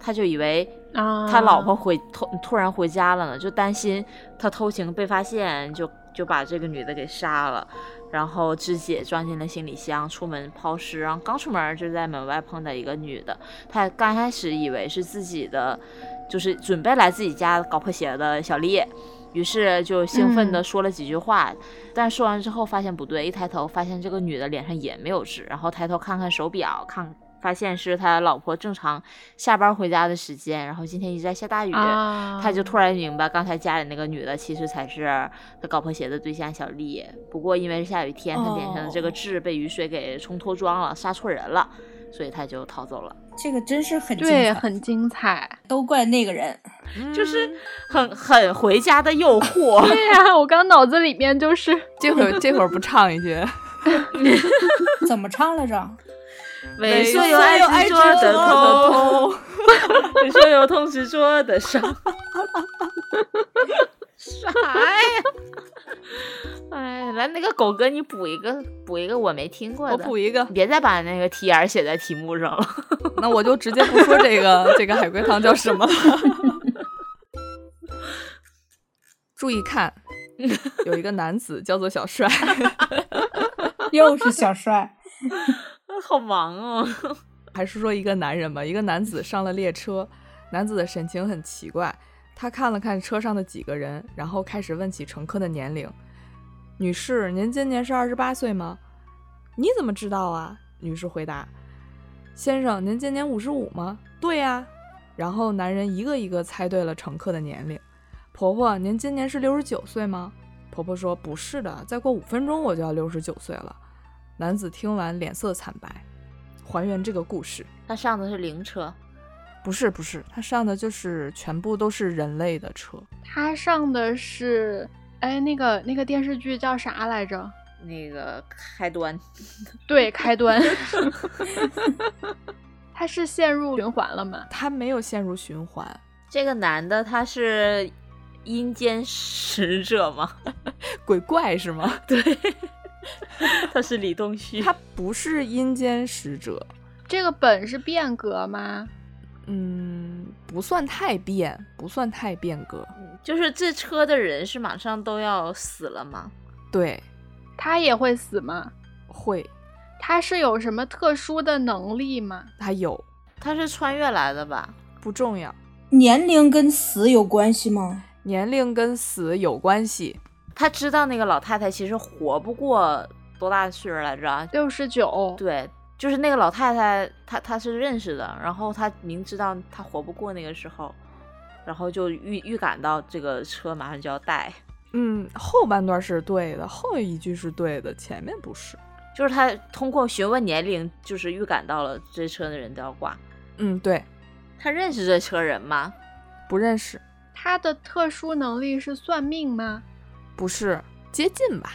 [SPEAKER 1] 他就以为
[SPEAKER 3] 啊，
[SPEAKER 1] 他老婆回突突然回家了呢，就担心他偷情被发现，就就把这个女的给杀了，然后肢解装进了行李箱，出门抛尸。然后刚出门就在门外碰到一个女的，他刚开始以为是自己的，就是准备来自己家搞破鞋的小丽。于是就兴奋地
[SPEAKER 3] 嗯
[SPEAKER 1] 说了几句话，但说完之后发现不对，一抬头发现这个女的脸上也没有痣，然后抬头看看手表，看发现是他老婆正常下班回家的时间，然后今天一直在下大雨，
[SPEAKER 3] 啊，
[SPEAKER 1] 他就突然明白，刚才家里那个女的其实才是他搞破鞋的对象小丽。不过因为是下雨天，他脸上的这个
[SPEAKER 5] 哦
[SPEAKER 1] 痣被雨水给冲脱妆了，杀错人了，所以他就逃走了。
[SPEAKER 5] 这个真是很精
[SPEAKER 3] 对，
[SPEAKER 5] 彩，
[SPEAKER 3] 很精彩。
[SPEAKER 5] 都怪那个人。
[SPEAKER 1] 就是
[SPEAKER 2] 嗯
[SPEAKER 1] 很很回家的诱惑，
[SPEAKER 3] 对呀、我刚脑子里面就是
[SPEAKER 2] 这会儿这会儿不唱一句，
[SPEAKER 5] 怎么唱来着？
[SPEAKER 1] 猥
[SPEAKER 2] 琐
[SPEAKER 1] 琐又
[SPEAKER 2] 又爱
[SPEAKER 1] 爱执
[SPEAKER 2] 执
[SPEAKER 1] 着
[SPEAKER 2] 着
[SPEAKER 1] 的
[SPEAKER 2] 的
[SPEAKER 1] 痛，猥琐又痛执着的伤。啥呀？哎，来那个狗哥，你补一个，补一个我没听过
[SPEAKER 2] 我
[SPEAKER 1] 的。
[SPEAKER 2] 补一个
[SPEAKER 1] 你，别再把那个 T R 写在题目上了。
[SPEAKER 2] 那我就直接不说这个这个海龟汤叫什么了。 注意看，有一个男子叫做小帅，
[SPEAKER 5] 又是小帅，
[SPEAKER 1] 好忙哦。
[SPEAKER 2] 还是说一个男人吧，一个男子上了列车，男子的神情很奇怪，他看了看车上的几个人，然后开始问起乘客的年龄。女士，您今年是二十八岁吗？你怎么知道啊？女士回答。先生，您今年五十五吗？对呀、然后男人一个一个猜对了乘客的年龄。婆婆，您今年是六十九岁吗？婆婆说不是的，再过五分钟我就要六十九岁了。男子听完脸色惨白。还原这个故事。
[SPEAKER 1] 他上的是灵车，
[SPEAKER 2] 不是不是，他上的就是全部都是人类的车，
[SPEAKER 3] 他上的是，哎，那个那个电视剧叫啥来着？
[SPEAKER 1] 那个开端。
[SPEAKER 3] 对，开端。他是陷入循环了吗？
[SPEAKER 2] 他没有陷入循环。
[SPEAKER 1] 这个男的他是阴间使者吗？
[SPEAKER 2] 鬼怪是吗？
[SPEAKER 1] 对， 他是李栋旭。
[SPEAKER 2] 他不是阴间使者，
[SPEAKER 3] 这个本是变革吗？
[SPEAKER 2] 嗯，不算太变，不算太变革。
[SPEAKER 1] 就是这车的人是马上都要死了吗？
[SPEAKER 2] 对，
[SPEAKER 3] 他也会死吗？
[SPEAKER 2] 会，
[SPEAKER 3] 他是有什么特殊的能力吗？
[SPEAKER 2] 他有，
[SPEAKER 1] 他是穿越来的吧？
[SPEAKER 2] 不重要。
[SPEAKER 4] 年龄跟死有关系吗？
[SPEAKER 2] 年龄跟死有关系，
[SPEAKER 1] 他知道那个老太太其实活不过多大岁数来着？啊
[SPEAKER 3] 六十九，
[SPEAKER 1] 对，就是那个老太太，她她是认识的，然后她明知道她活不过那个时候，然后就预预感到这个车马上就要带，
[SPEAKER 2] 嗯，后半段是对的，后一句是对的，前面不是。
[SPEAKER 1] 就是她通过询问年龄，就是预感到了这车的人都要挂。
[SPEAKER 2] 嗯，对，
[SPEAKER 1] 她认识这车人吗？
[SPEAKER 2] 不认识，
[SPEAKER 3] 他的特殊能力是算命吗？
[SPEAKER 2] 不是接近吧？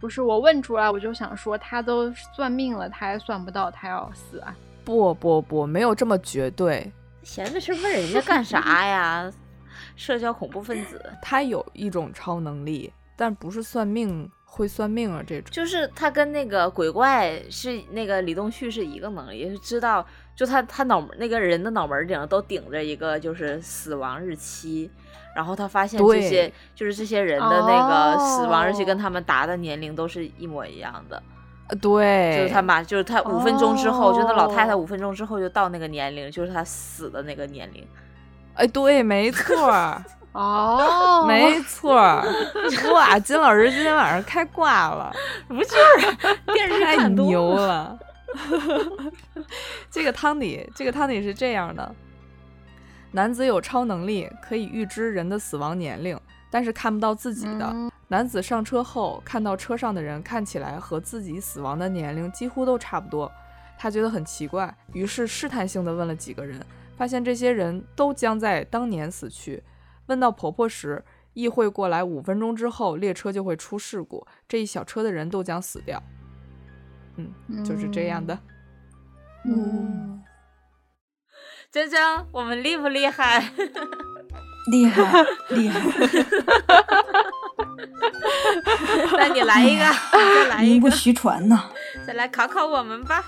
[SPEAKER 3] 不是，我问出来我就想说，他都算命了，他还算不到他要死 啊？
[SPEAKER 2] 不不不，没有这么绝对。
[SPEAKER 1] 闲着事问人家干啥呀？社交恐怖分子，
[SPEAKER 2] 他有一种超能力，但不是算命会算命啊这种。
[SPEAKER 1] 就是他跟那个鬼怪是那个李栋旭是一个能力，是知道就他他脑门那个人的脑门顶上都顶着一个就是死亡日期，然后他发现这
[SPEAKER 2] 对
[SPEAKER 1] 些就是这些人的那个
[SPEAKER 3] 哦
[SPEAKER 1] 死亡日期跟他们答的年龄都是一模一样的，就
[SPEAKER 2] 呃，
[SPEAKER 1] 是
[SPEAKER 2] 对，
[SPEAKER 1] 他妈就是他五分钟之后，就那老太太
[SPEAKER 3] 哦
[SPEAKER 1] 五分钟之后就到那个年龄，就是他死的那个年龄。
[SPEAKER 2] 哎，对，没错儿，
[SPEAKER 3] 哦
[SPEAKER 2] 没错儿。 哇，金老师今天晚上开挂了，
[SPEAKER 1] 不就是 电视剧
[SPEAKER 2] 太
[SPEAKER 1] 看多
[SPEAKER 2] 牛
[SPEAKER 1] 了
[SPEAKER 2] 了。 这个汤底，这个汤底是这样的：男子有超能力，可以预知人的死亡年龄，但是看不到自己的。
[SPEAKER 1] 嗯
[SPEAKER 2] 男子上车后，看到车上的人看起来和自己死亡的年龄几乎都差不多，他觉得很奇怪，于是试探性的问了几个人，发现这些人都将在当年死去。问到婆婆时，意会过来，五分钟之后列车就会出事故，这一小车的人都将死掉。嗯，就是这样的。
[SPEAKER 4] 嗯，
[SPEAKER 1] 真真，我们厉不厉害？
[SPEAKER 4] 厉害厉害，
[SPEAKER 1] 那你来一个，你再来一
[SPEAKER 4] 名不
[SPEAKER 1] 个，
[SPEAKER 4] 虚传呐。
[SPEAKER 1] 再来考考我们吧。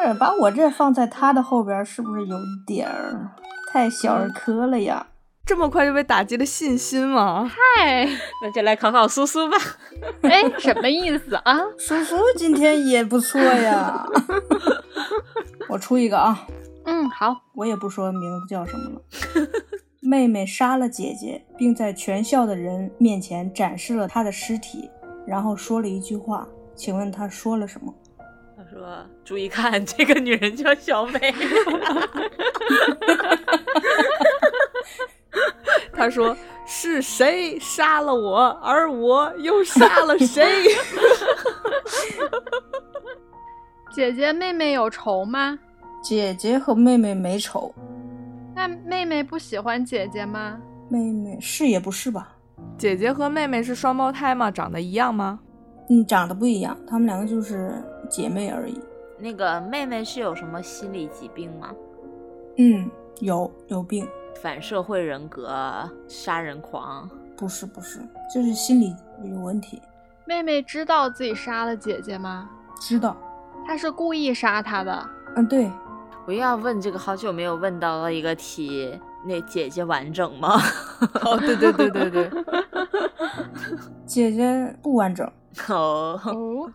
[SPEAKER 4] 是把我这放在他的后边，是不是有点儿太小儿科了呀？
[SPEAKER 2] 这么快就被打击了信心吗？
[SPEAKER 3] 嗨，
[SPEAKER 1] 那就来考考苏苏吧。
[SPEAKER 3] 哎，什么意思啊？
[SPEAKER 4] 叔叔今天也不错 呀。我出一个啊，
[SPEAKER 3] 嗯，好，
[SPEAKER 4] 我也不说名字叫什么了。妹妹杀了姐姐，并在全校的人面前展示了她的尸体，然后说了一句话。请问她说了什么？
[SPEAKER 1] 他说：“注意看，这个女人叫小美。
[SPEAKER 2] 他说是谁杀了我，而我又杀了谁？
[SPEAKER 3] 姐姐妹妹有仇吗？
[SPEAKER 4] 姐姐和妹妹没仇，
[SPEAKER 3] 那妹妹不喜欢姐姐吗？
[SPEAKER 4] 妹妹是也不是吧？
[SPEAKER 2] 姐姐和妹妹是双胞胎吗？长得一样吗？
[SPEAKER 4] 嗯，长得不一样，她们两个就是姐妹而已。”
[SPEAKER 1] 那个妹妹是有什么心理疾病吗？
[SPEAKER 4] 嗯，有有病，
[SPEAKER 1] 反社会人格、杀人狂，
[SPEAKER 4] 不是不是，就是心理有问题。
[SPEAKER 3] 妹妹知道自己杀了姐姐吗？
[SPEAKER 4] 知道，
[SPEAKER 3] 她是故意杀她的。
[SPEAKER 4] 嗯，对，
[SPEAKER 1] 我又要问这个好久没有问到的一个题，那姐姐完整吗？
[SPEAKER 2] 哦，对对对对对，
[SPEAKER 4] 姐姐不完整，
[SPEAKER 1] 哦，
[SPEAKER 3] 哦，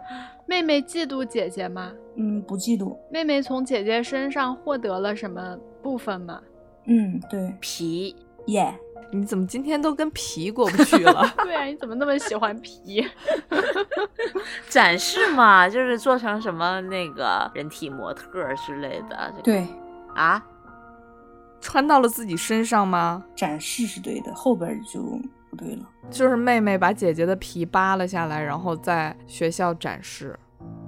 [SPEAKER 3] 妹妹嫉妒姐姐吗？
[SPEAKER 4] 嗯，不嫉妒，
[SPEAKER 3] 妹妹从姐姐身上获得了什么部分吗？
[SPEAKER 4] 嗯，对，
[SPEAKER 1] 皮
[SPEAKER 4] 耶、
[SPEAKER 2] 你怎么今天都跟皮过不去了？
[SPEAKER 3] 对啊，你怎么那么喜欢皮？
[SPEAKER 1] 展示嘛，就是做成什么那个人体模特儿之类的。这个
[SPEAKER 4] 对，
[SPEAKER 1] 啊，
[SPEAKER 2] 穿到了自己身上吗？
[SPEAKER 4] 展示是对的，后边就不对了。
[SPEAKER 2] 就是妹妹把姐姐的皮扒了下来，然后在学校展示。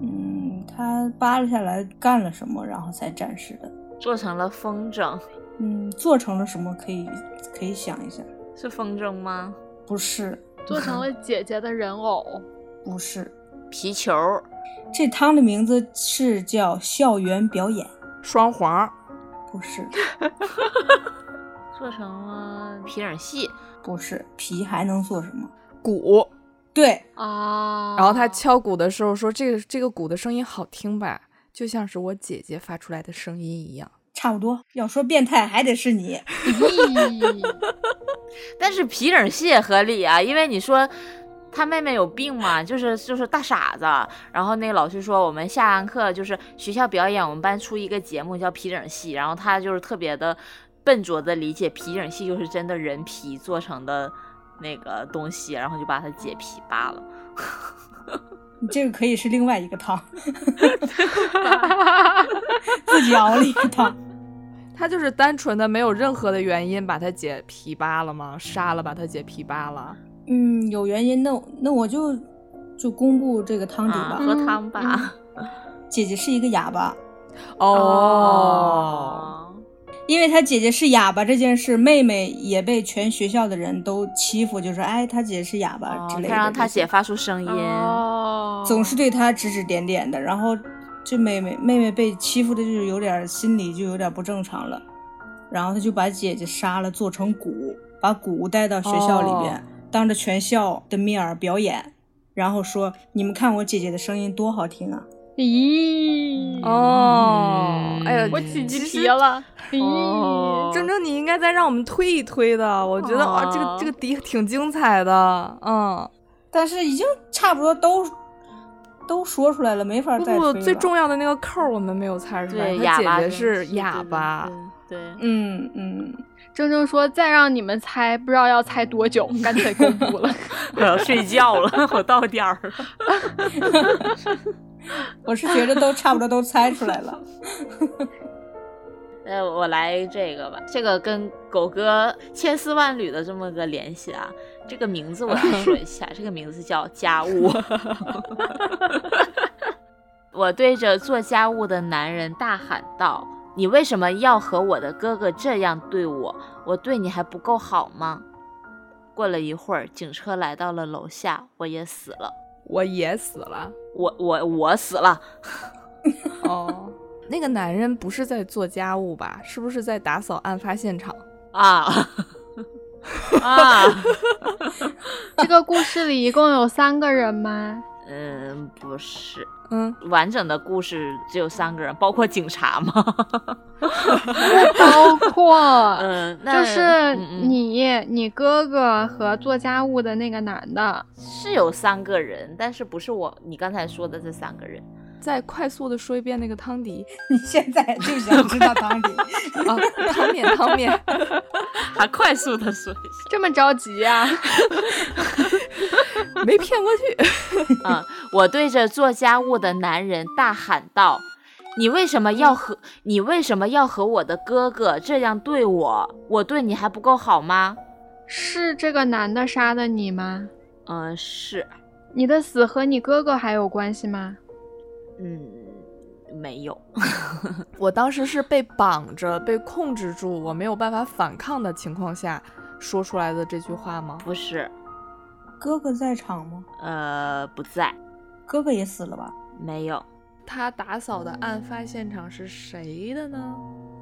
[SPEAKER 4] 嗯，她扒了下来干了什么，然后才展示的。
[SPEAKER 1] 做成了风筝，
[SPEAKER 4] 嗯，做成了什么可以可以想一下，
[SPEAKER 1] 是风筝吗？
[SPEAKER 4] 不是
[SPEAKER 3] 做成了姐姐的人偶。
[SPEAKER 4] 不是，
[SPEAKER 1] 皮球儿
[SPEAKER 4] 这汤的名字是叫校园表演，
[SPEAKER 2] 双簧，
[SPEAKER 4] 不是
[SPEAKER 1] 做成了皮影戏，
[SPEAKER 4] 不是，皮还能做什么？
[SPEAKER 2] 鼓。
[SPEAKER 4] 对，
[SPEAKER 3] 啊，
[SPEAKER 2] 然后他敲鼓的时候说：“这个这个鼓的声音好听吧，就像是我姐姐发出来的声音一样。
[SPEAKER 4] 差不多。要说变态，还得是你。
[SPEAKER 3] 咦，
[SPEAKER 1] 但是皮影戏也合理啊，因为你说他妹妹有病嘛，就是就是大傻子。然后那个老师说，我们下完课就是学校表演，我们班出一个节目叫皮影戏，然后他就是特别的笨拙的理解皮影戏就是真的人皮做成的那个东西，然后就把它解皮扒了。
[SPEAKER 4] 你这个可以是另外一个汤， 自己熬了一个汤。”
[SPEAKER 2] 他就是单纯的没有任何的原因把他姐皮扒了吗？杀了把他姐皮扒了？
[SPEAKER 4] 嗯，有原因，那那我就就公布这个汤底吧。
[SPEAKER 1] 啊，喝汤吧。
[SPEAKER 4] 姐姐是一个哑巴，
[SPEAKER 2] 哦，，
[SPEAKER 4] 因为她姐姐是哑巴这件事，妹妹也被全学校的人都欺负，就是哎，她姐是哑巴
[SPEAKER 1] 哦
[SPEAKER 4] 之类的这些。
[SPEAKER 1] 他让他姐发出声音，
[SPEAKER 3] 哦，
[SPEAKER 4] 总是对她指指点点的，然后这妹妹妹妹被欺负的就是有点心理就有点不正常了，然后她就把姐姐杀了，做成鼓，把鼓带到学校里边，
[SPEAKER 2] 哦
[SPEAKER 4] 当着全校的面儿表演，然后说你们看我姐姐的声音多好听啊！
[SPEAKER 3] 咦，
[SPEAKER 2] 哦哎呀
[SPEAKER 3] 我起鸡
[SPEAKER 2] 其实
[SPEAKER 3] 皮了。
[SPEAKER 1] 哦
[SPEAKER 3] 咦，
[SPEAKER 2] 铮铮，你应该再让我们推一推的，我觉得啊，这个
[SPEAKER 1] 哦
[SPEAKER 2] 这个底挺精彩的，嗯，
[SPEAKER 4] 但是已经差不多都都说出来了，没法
[SPEAKER 2] 不
[SPEAKER 4] 再推
[SPEAKER 2] 不，
[SPEAKER 4] 了。
[SPEAKER 2] 最重要的那个扣儿我们没有猜出来，
[SPEAKER 1] 对，
[SPEAKER 2] 他
[SPEAKER 1] 哑
[SPEAKER 2] 姐
[SPEAKER 1] 巴
[SPEAKER 2] 姐
[SPEAKER 1] 真
[SPEAKER 2] 是哑巴，，
[SPEAKER 1] 对对对 对，
[SPEAKER 4] 嗯嗯，
[SPEAKER 3] 铮铮说：“再让你们猜，不知道要猜多久，干脆公布了。
[SPEAKER 1] 我要睡觉了，我到点儿了。
[SPEAKER 4] 我是觉得都差不多都猜出来了。
[SPEAKER 1] 呃，我来这个吧，这个跟狗哥千丝万缕的这么个联系啊。这个名字我来说一下，这个名字叫家务。我对着做家务的男人大喊道：“你为什么要和我的哥哥这样对我？我对你还不够好吗？”过了一会儿，警车来到了楼下，我也死了，
[SPEAKER 2] 我也死了，
[SPEAKER 1] 我我我死了。
[SPEAKER 2] 哦。那个男人不是在做家务吧？是不是在打扫案发现场？
[SPEAKER 1] 啊 啊，”
[SPEAKER 3] 这个故事里一共有三个人吗？
[SPEAKER 1] 嗯，不是，
[SPEAKER 2] 嗯，
[SPEAKER 1] 完整的故事只有三个人，包括警察吗？
[SPEAKER 3] 包括。
[SPEAKER 1] 嗯，那
[SPEAKER 3] 就是
[SPEAKER 1] 嗯嗯
[SPEAKER 3] 你、你哥哥和做家务的那个男的，
[SPEAKER 1] 是有三个人，但是不是我你刚才说的这三个人？
[SPEAKER 2] 再快速的说一遍那个汤底
[SPEAKER 4] 你现在就想知道 汤底？
[SPEAKER 2] 啊，汤面汤面，
[SPEAKER 1] 还快速的说一下。
[SPEAKER 3] 这么着急啊呀、
[SPEAKER 2] 没骗过去。
[SPEAKER 1] 我对着做家务的男人大喊道：“你为什么要和你为什么要和我的哥哥这样对我？我对你还不够好吗
[SPEAKER 3] 是这个男的杀的你吗？？”
[SPEAKER 1] 嗯，是，
[SPEAKER 3] 你的死和你哥哥还有关系吗？
[SPEAKER 1] 嗯，没有。
[SPEAKER 2] 我当时是被绑着、被控制住，我没有办法反抗的情况下说出来的这句话吗？
[SPEAKER 1] 不是，
[SPEAKER 4] 哥哥在场吗？
[SPEAKER 1] 呃，不在，
[SPEAKER 4] 哥哥也死了吧？
[SPEAKER 1] 没有，
[SPEAKER 2] 他打扫的案发现场是谁的呢？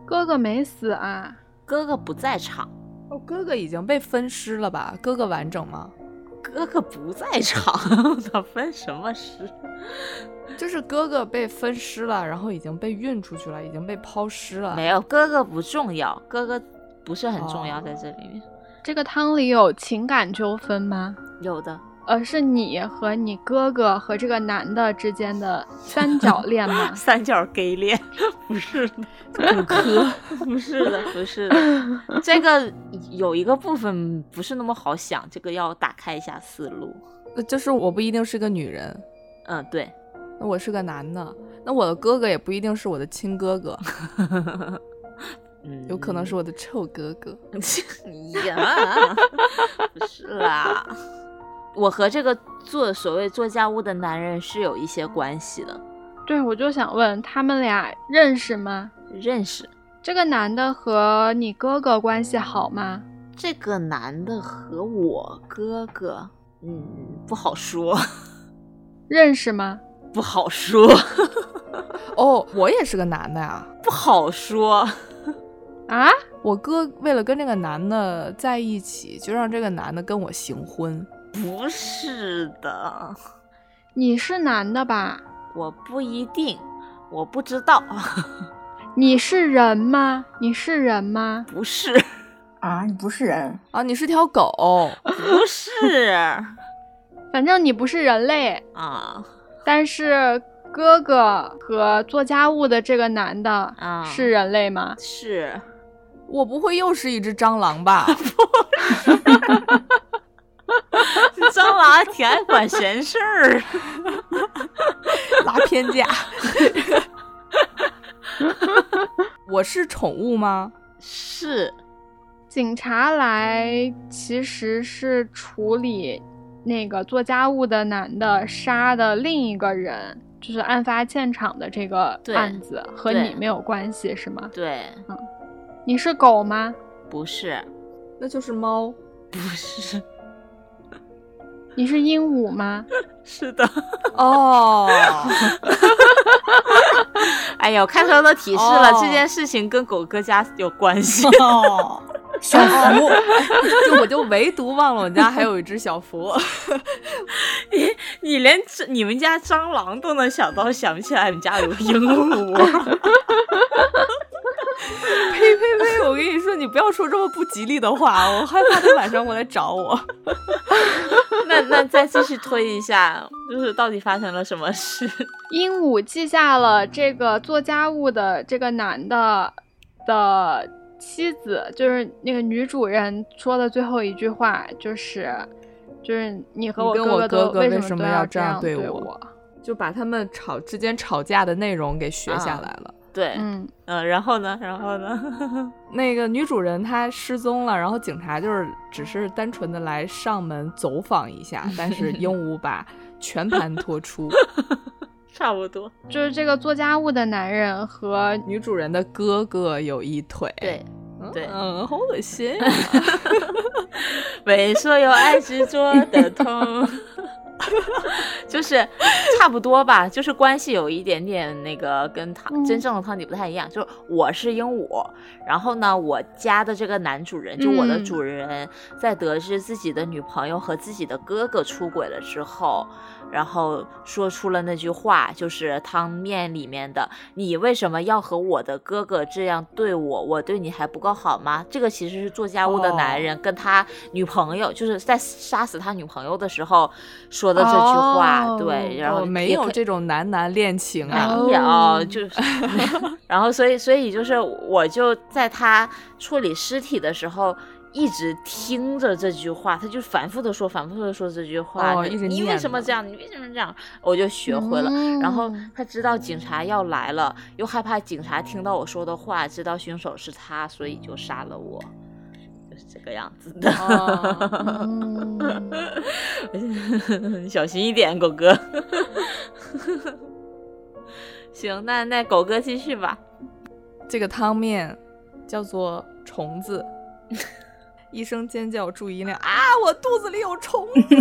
[SPEAKER 3] 哥哥没死啊，
[SPEAKER 1] 哥哥不在场，
[SPEAKER 2] 哦，哥哥已经被分尸了吧？哥哥完整吗？
[SPEAKER 1] 哥哥不在场， 他分什么尸？
[SPEAKER 2] 就是哥哥被分尸了，然后已经被运出去了，已经被抛尸了。
[SPEAKER 1] 没有哥哥不重要，哥哥不是很重要
[SPEAKER 2] 哦
[SPEAKER 1] 在这里面。
[SPEAKER 3] 这个汤里有情感纠纷吗？
[SPEAKER 1] 有的，
[SPEAKER 3] 呃，是你和你哥哥和这个男的之间的三角恋吗？
[SPEAKER 1] 三角 gay 恋， 不是的，
[SPEAKER 2] 骨科
[SPEAKER 1] 不是的，不是 的。这个有一个部分不是那么好想，这个要打开一下思路。
[SPEAKER 2] 呃就是我不一定是个女人，
[SPEAKER 1] 嗯，对，
[SPEAKER 2] 那我是个男的，那我的哥哥也不一定是我的亲哥哥，
[SPEAKER 1] 嗯，
[SPEAKER 2] 有可能是 我的臭哥哥。
[SPEAKER 1] 呀，啊不是啦，我和这个做所谓做家务的男人是有一些关系的，
[SPEAKER 3] 对，我就想问他们俩认识吗？
[SPEAKER 1] 认识。
[SPEAKER 3] 这个男的和你哥哥关系好吗？
[SPEAKER 1] 这个男的和我哥哥，嗯，不好说，
[SPEAKER 3] 认识吗？
[SPEAKER 1] 不好说，
[SPEAKER 2] 哦，我也是个男的呀。
[SPEAKER 1] 不好说。
[SPEAKER 3] 啊？
[SPEAKER 2] 我哥为了跟这个男的在一起，就让这个男的跟我行婚。
[SPEAKER 1] 不是的，
[SPEAKER 3] 你是男的吧？
[SPEAKER 1] 我不一定，我不知道，
[SPEAKER 3] 你是人吗？你是人吗？
[SPEAKER 1] 不是，
[SPEAKER 4] 啊，你不是人，
[SPEAKER 2] 啊，你是条 狗，
[SPEAKER 1] 不是
[SPEAKER 3] 反正你不是人类，
[SPEAKER 1] 啊
[SPEAKER 3] 但是哥哥和做家务的这个男的
[SPEAKER 1] 啊
[SPEAKER 3] 是人类吗？
[SPEAKER 1] 是
[SPEAKER 2] 我不会又是一只蟑螂吧？
[SPEAKER 1] 蟑螂挺爱管闲事儿。
[SPEAKER 2] 拉偏架。 我是宠物吗？
[SPEAKER 1] 是
[SPEAKER 3] 警察来其实是处理那个做家务的男的杀的另一个人，就是案发现场的这个
[SPEAKER 1] 对
[SPEAKER 3] 案子和
[SPEAKER 1] 对
[SPEAKER 3] 你没有关系是吗？
[SPEAKER 1] 对，
[SPEAKER 3] 你是狗吗？
[SPEAKER 1] 不是，
[SPEAKER 2] 那就是猫。
[SPEAKER 1] 不是，
[SPEAKER 3] 你是鹦鹉吗？
[SPEAKER 1] 是的。
[SPEAKER 2] 哦，
[SPEAKER 1] 哎呀，我看到都提示了，
[SPEAKER 2] 哦
[SPEAKER 1] 这件事情跟狗哥家有关系。
[SPEAKER 4] 哦，小福，
[SPEAKER 2] 就我就唯独忘了我家还有一只小福。
[SPEAKER 1] 你连这你们家蟑螂都能想到，想不起来你们家有鹦鹉。
[SPEAKER 2] 呸呸呸！我跟你说，你不要说这么不吉利的话，我害怕他晚上过来找我。
[SPEAKER 1] 那那再继续推一下，就是到底发生了什么事？
[SPEAKER 3] 鹦鹉记下了这个做家务的这个男的的妻子，就是那个女主人说的最后一句话，就是就是你和我
[SPEAKER 2] 你跟我
[SPEAKER 3] 哥
[SPEAKER 2] 哥
[SPEAKER 3] 都
[SPEAKER 2] 哥为
[SPEAKER 3] 为
[SPEAKER 2] 什么
[SPEAKER 3] 么都
[SPEAKER 2] 要这
[SPEAKER 3] 这
[SPEAKER 2] 样
[SPEAKER 3] 样
[SPEAKER 2] 对
[SPEAKER 3] 我？
[SPEAKER 2] 我就把他们吵之间吵架的内容给学下来了。
[SPEAKER 1] 对，嗯、
[SPEAKER 3] 嗯，
[SPEAKER 1] 然后呢，然后呢？
[SPEAKER 2] 那个女主人她失踪了，然后警察就是只是单纯的来上门走访一下，但 是鹦鹉把全盘托 出，
[SPEAKER 1] 差不多。
[SPEAKER 3] 就是这个做家务的男人和
[SPEAKER 2] 女主人的哥哥有一腿，
[SPEAKER 1] 对，
[SPEAKER 2] 嗯
[SPEAKER 1] 对
[SPEAKER 2] 嗯，好恶心 啊、
[SPEAKER 1] 猥琐又爱执着的痛，就是差不多吧，就是关系有一点点那个跟汤、
[SPEAKER 3] 嗯
[SPEAKER 1] 真正的汤底不太一样。就是我是鹦鹉，然后呢，我家的这个男主人，就我的
[SPEAKER 3] 嗯
[SPEAKER 1] 主人，在得知自己的女朋友和自己的哥哥出轨了之后，然后说出了那句话，就是汤面里面的“你为什么要和我的哥哥这样对我？我对你还不够好吗？”这个其实是做家务的男
[SPEAKER 2] 哦
[SPEAKER 1] 人。跟他女朋友，就是在杀死他女朋友的时候说的这句话，
[SPEAKER 3] 哦
[SPEAKER 1] 对，然后
[SPEAKER 2] 我没
[SPEAKER 1] 也
[SPEAKER 2] 有
[SPEAKER 1] 可以
[SPEAKER 2] 这种男男恋情啊，
[SPEAKER 1] 没
[SPEAKER 3] 哦
[SPEAKER 1] 有，就是， 然后所以所以就是，我就在他处理尸体的时候。一直听着这句话，他就反复的说，反复的说这句话。
[SPEAKER 2] 哦
[SPEAKER 1] 就
[SPEAKER 2] 一直
[SPEAKER 1] 你为
[SPEAKER 2] 念
[SPEAKER 1] 什么
[SPEAKER 2] 叨
[SPEAKER 1] 这样？你为什么这样？我就学会了。然后
[SPEAKER 3] 嗯
[SPEAKER 1] 他知道警察要来了，又害怕警察听到我说的话，知道凶手是他，所以就杀了我，就是这个样子的。
[SPEAKER 2] 哦
[SPEAKER 3] 嗯，
[SPEAKER 1] 小心一点，狗哥。行，那那狗哥继续吧。
[SPEAKER 2] 这个汤面叫做虫子。 医生尖叫，注意力啊！我肚子里有虫子，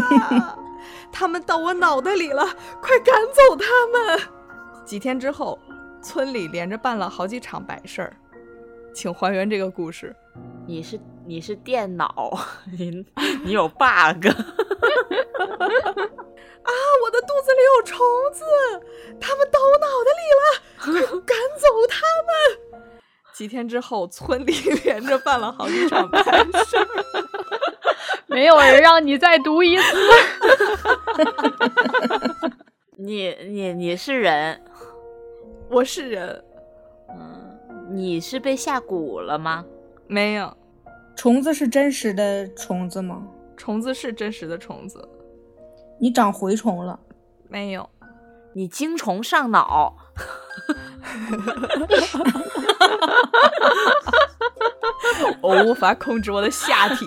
[SPEAKER 2] 他们到我脑袋里了，快赶走他们！几天之后，村里连着办了好几场白事儿，请还原这个故事。
[SPEAKER 1] 你是你是电脑，你你有 bug，
[SPEAKER 2] 啊，我的肚子里有虫子，它们到我脑袋里了，快赶走它们！几天之后，村里 连着办了好几场拍摄。
[SPEAKER 3] 没有人让你再读一次。
[SPEAKER 1] 你你你是人，嗯
[SPEAKER 2] 我是人，
[SPEAKER 1] 你是被下蛊了吗？
[SPEAKER 2] 没有
[SPEAKER 4] 虫子是真实的虫子吗？
[SPEAKER 2] 虫子是真实的虫子，
[SPEAKER 4] 你长蛔虫了，
[SPEAKER 2] 没有。
[SPEAKER 1] 你精虫上脑，
[SPEAKER 2] 我无法控制我的下体，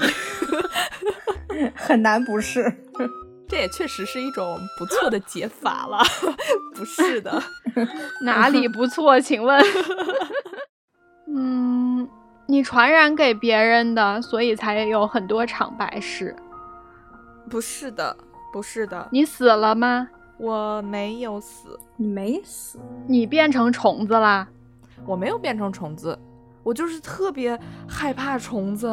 [SPEAKER 4] 很难不是。
[SPEAKER 2] 这也确实是一种不错的解法了。 不是 的，
[SPEAKER 3] 哪里不错？ 请问？嗯，你传染给别人的，所以才有很多场白事。
[SPEAKER 2] 不是的，不是的，
[SPEAKER 3] 你死了吗？
[SPEAKER 2] 我没有死，
[SPEAKER 4] 你没死，
[SPEAKER 3] 你变成虫子啦？
[SPEAKER 2] 我没有变成虫子，我就是特别害怕虫子。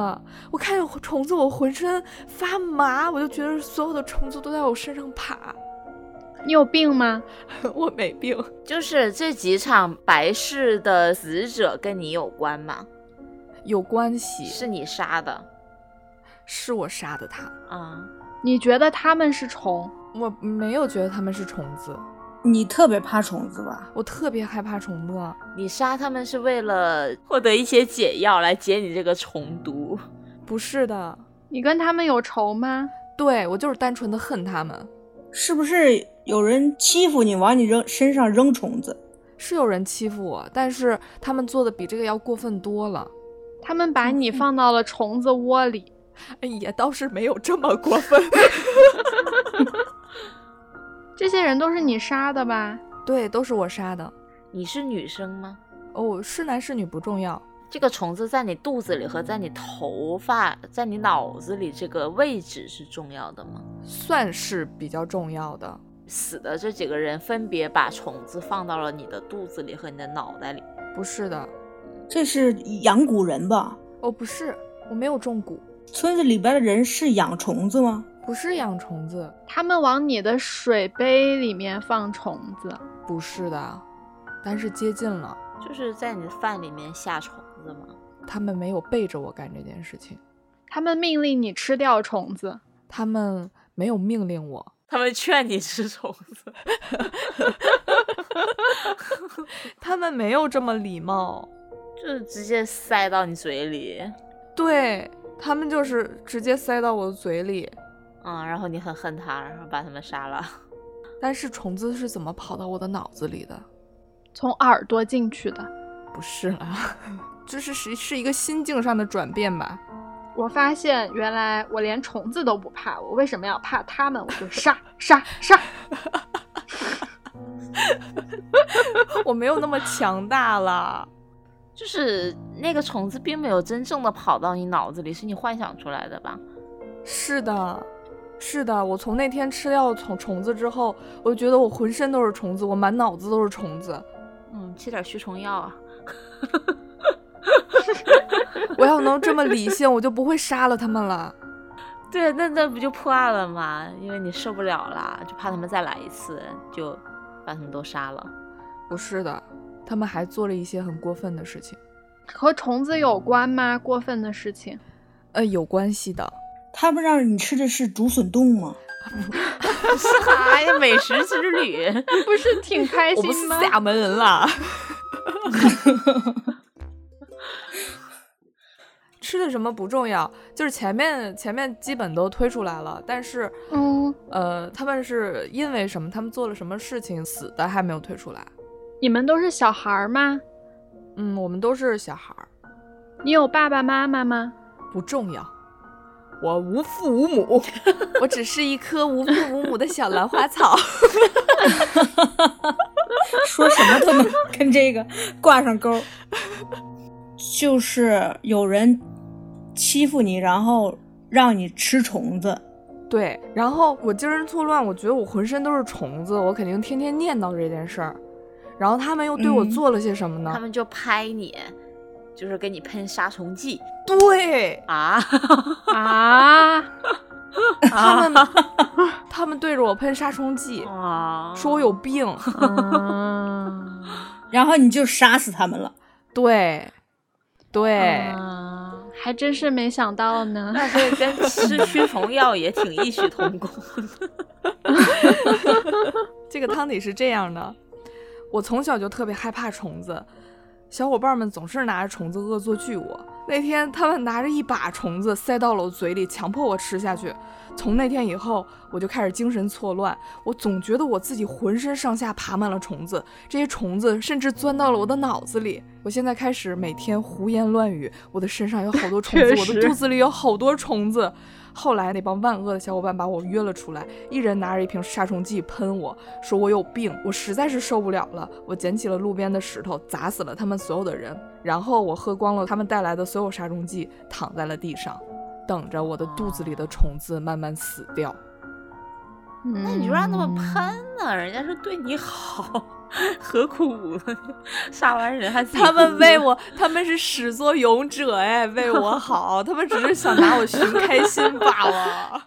[SPEAKER 2] 我看见虫子，我浑身发麻，我就觉得所有的虫子都在我身上爬。
[SPEAKER 3] 你有病吗？
[SPEAKER 2] 我没病，
[SPEAKER 1] 就是这几场白事的死者跟你有关吗？
[SPEAKER 2] 有关系，
[SPEAKER 1] 是你杀的
[SPEAKER 2] 是我杀的他，
[SPEAKER 1] 啊？
[SPEAKER 3] 你觉得他们是虫？
[SPEAKER 2] 我没有觉得他们是虫子，
[SPEAKER 4] 你特别怕虫子吧？
[SPEAKER 2] 我特别害怕虫子。
[SPEAKER 1] 你杀他们是为了获得一些解药来解你这个虫毒？
[SPEAKER 2] 不是的，
[SPEAKER 3] 你跟他们有仇吗？
[SPEAKER 2] 对我就是单纯的恨他们。
[SPEAKER 4] 是不是有人欺负你，往你扔身上扔虫子？
[SPEAKER 2] 是有人欺负我，但是他们做的比这个要过分多了。
[SPEAKER 3] 他们把你放到了虫子窝里，
[SPEAKER 2] 哎也倒是没有这么过分。
[SPEAKER 3] 这些人都是你杀的吧？
[SPEAKER 2] 对，都是我杀的。
[SPEAKER 1] 你是女生吗？
[SPEAKER 2] 哦，是男是女不重要。
[SPEAKER 1] 这个虫子在你肚子里和在你头发、在你脑子里这个位置是重要的吗？
[SPEAKER 2] 算是比较重要的。
[SPEAKER 1] 死的这几个人分别把虫子放到了你的肚子里和你的脑袋里。
[SPEAKER 2] 不是的，
[SPEAKER 4] 这是养蛊人吧？
[SPEAKER 2] 哦，不是，我没有中蛊，
[SPEAKER 4] 村子里边的人是养虫子吗？
[SPEAKER 2] 不是养虫子，
[SPEAKER 3] 他们往你的水杯里面放虫子，
[SPEAKER 2] 不是的，但是接近了。
[SPEAKER 1] 就是在你的饭里面下虫子吗？
[SPEAKER 2] 他们没有背着我干这件事情，
[SPEAKER 3] 他们命令你吃掉虫子。
[SPEAKER 2] 他们没有命令我，
[SPEAKER 1] 他们劝你吃虫子，
[SPEAKER 2] 他们没有这么礼貌。
[SPEAKER 1] 就是直接塞到你嘴里，
[SPEAKER 2] 对他们就是直接塞到我的嘴里。
[SPEAKER 1] 嗯，然后你很恨他，然后把他们杀了。
[SPEAKER 2] 但是虫子是怎么跑到我的脑子里的？
[SPEAKER 3] 从耳朵进去的。
[SPEAKER 2] 不是啦， 就是是是一个心境上的转变吧。
[SPEAKER 3] 我发现原来我连虫子都不怕，我为什么要怕他们？我就杀杀杀！
[SPEAKER 2] 我没有那么强大了。
[SPEAKER 1] 就是那个虫子并没有真正的跑到你脑子里，是你幻想出来的吧？
[SPEAKER 2] 是的，是的，我从那天吃掉虫虫子之后，我就觉得我浑身都是虫子，我满脑子都是虫子，
[SPEAKER 1] 嗯，吃点驱虫药啊。
[SPEAKER 2] 我要能这么理性，我就不会杀了他们了。
[SPEAKER 1] 对，那那不就破案了吗？因为你受不了啦，就怕他们再来一次，就把他们都杀了。
[SPEAKER 2] 不是的，他们还做了一些很过分的事情，
[SPEAKER 3] 和虫子有关吗？过分的事情，
[SPEAKER 2] 呃，有关系的。
[SPEAKER 4] 他们让你吃的是竹笋冻吗？
[SPEAKER 1] 啥哎呀？美食之旅，
[SPEAKER 3] 不是挺开
[SPEAKER 2] 我不是
[SPEAKER 3] 心吗？
[SPEAKER 2] 厦门人啦。 吃的什么不重要，就是前面前面基本都推出来了，但是，
[SPEAKER 3] 嗯，
[SPEAKER 2] 呃，他们是因为什么，他们做了什么事情死的还没有推出来。
[SPEAKER 3] 你们都是小孩儿吗？
[SPEAKER 2] 嗯，我们都是小孩儿，
[SPEAKER 3] 你有爸爸妈妈吗？
[SPEAKER 2] 不重要。我无父无母， 我只是一棵无父无母的小兰花草。
[SPEAKER 4] 说什么都能 跟这个挂上钩儿。就是有人欺负你，然后让你吃虫子，
[SPEAKER 2] 对，然后我精神错乱，我觉得我浑身都是虫子，我肯定天天念叨这件事儿。然后他们又对我
[SPEAKER 4] 嗯
[SPEAKER 2] 做了些什么呢？
[SPEAKER 1] 他们就拍你，就是给你喷杀虫剂
[SPEAKER 2] 对，
[SPEAKER 1] 啊，
[SPEAKER 3] 啊，
[SPEAKER 2] 他们他们对着我喷杀虫剂，
[SPEAKER 1] 啊
[SPEAKER 2] 说我有病。
[SPEAKER 3] 嗯
[SPEAKER 5] 然后你就杀死他们了。
[SPEAKER 2] 对，对，
[SPEAKER 3] 嗯还真是没想到 呢。
[SPEAKER 1] 那这跟吃驱虫药也挺异曲同工。
[SPEAKER 2] 这个汤底是这样的，我从小就特别害怕虫子，小伙伴们总是拿着虫子恶作剧我。那天他们拿着一把虫子塞到了我嘴里，强迫我吃下去。从那天以后，我就开始精神错乱，我总觉得我自己浑身上下爬满了虫子，这些虫子甚至钻到了我的脑子里。我现在开始每天胡言乱语，我的身上有好多虫 子，
[SPEAKER 3] 确
[SPEAKER 2] 我
[SPEAKER 3] 实
[SPEAKER 2] 的肚子里有好多虫子。后来那帮万恶的小伙伴把我约了出来，一人拿着一瓶杀虫剂喷我，说我有病，我实在是受不了了。我捡起了路边的石头，砸死了他们所有的人，然后我喝光了他们带来的所有杀虫剂，躺在了地上，等着我的肚子里的虫子慢慢死掉。
[SPEAKER 1] 那
[SPEAKER 3] 那
[SPEAKER 1] 你就让他们喷呢、人家是对你好，何苦 呢杀完人还自己
[SPEAKER 2] 他们
[SPEAKER 1] 哭
[SPEAKER 2] 为我，他们是始作俑者哎，为 我好，他们只是想拿我寻开心罢了。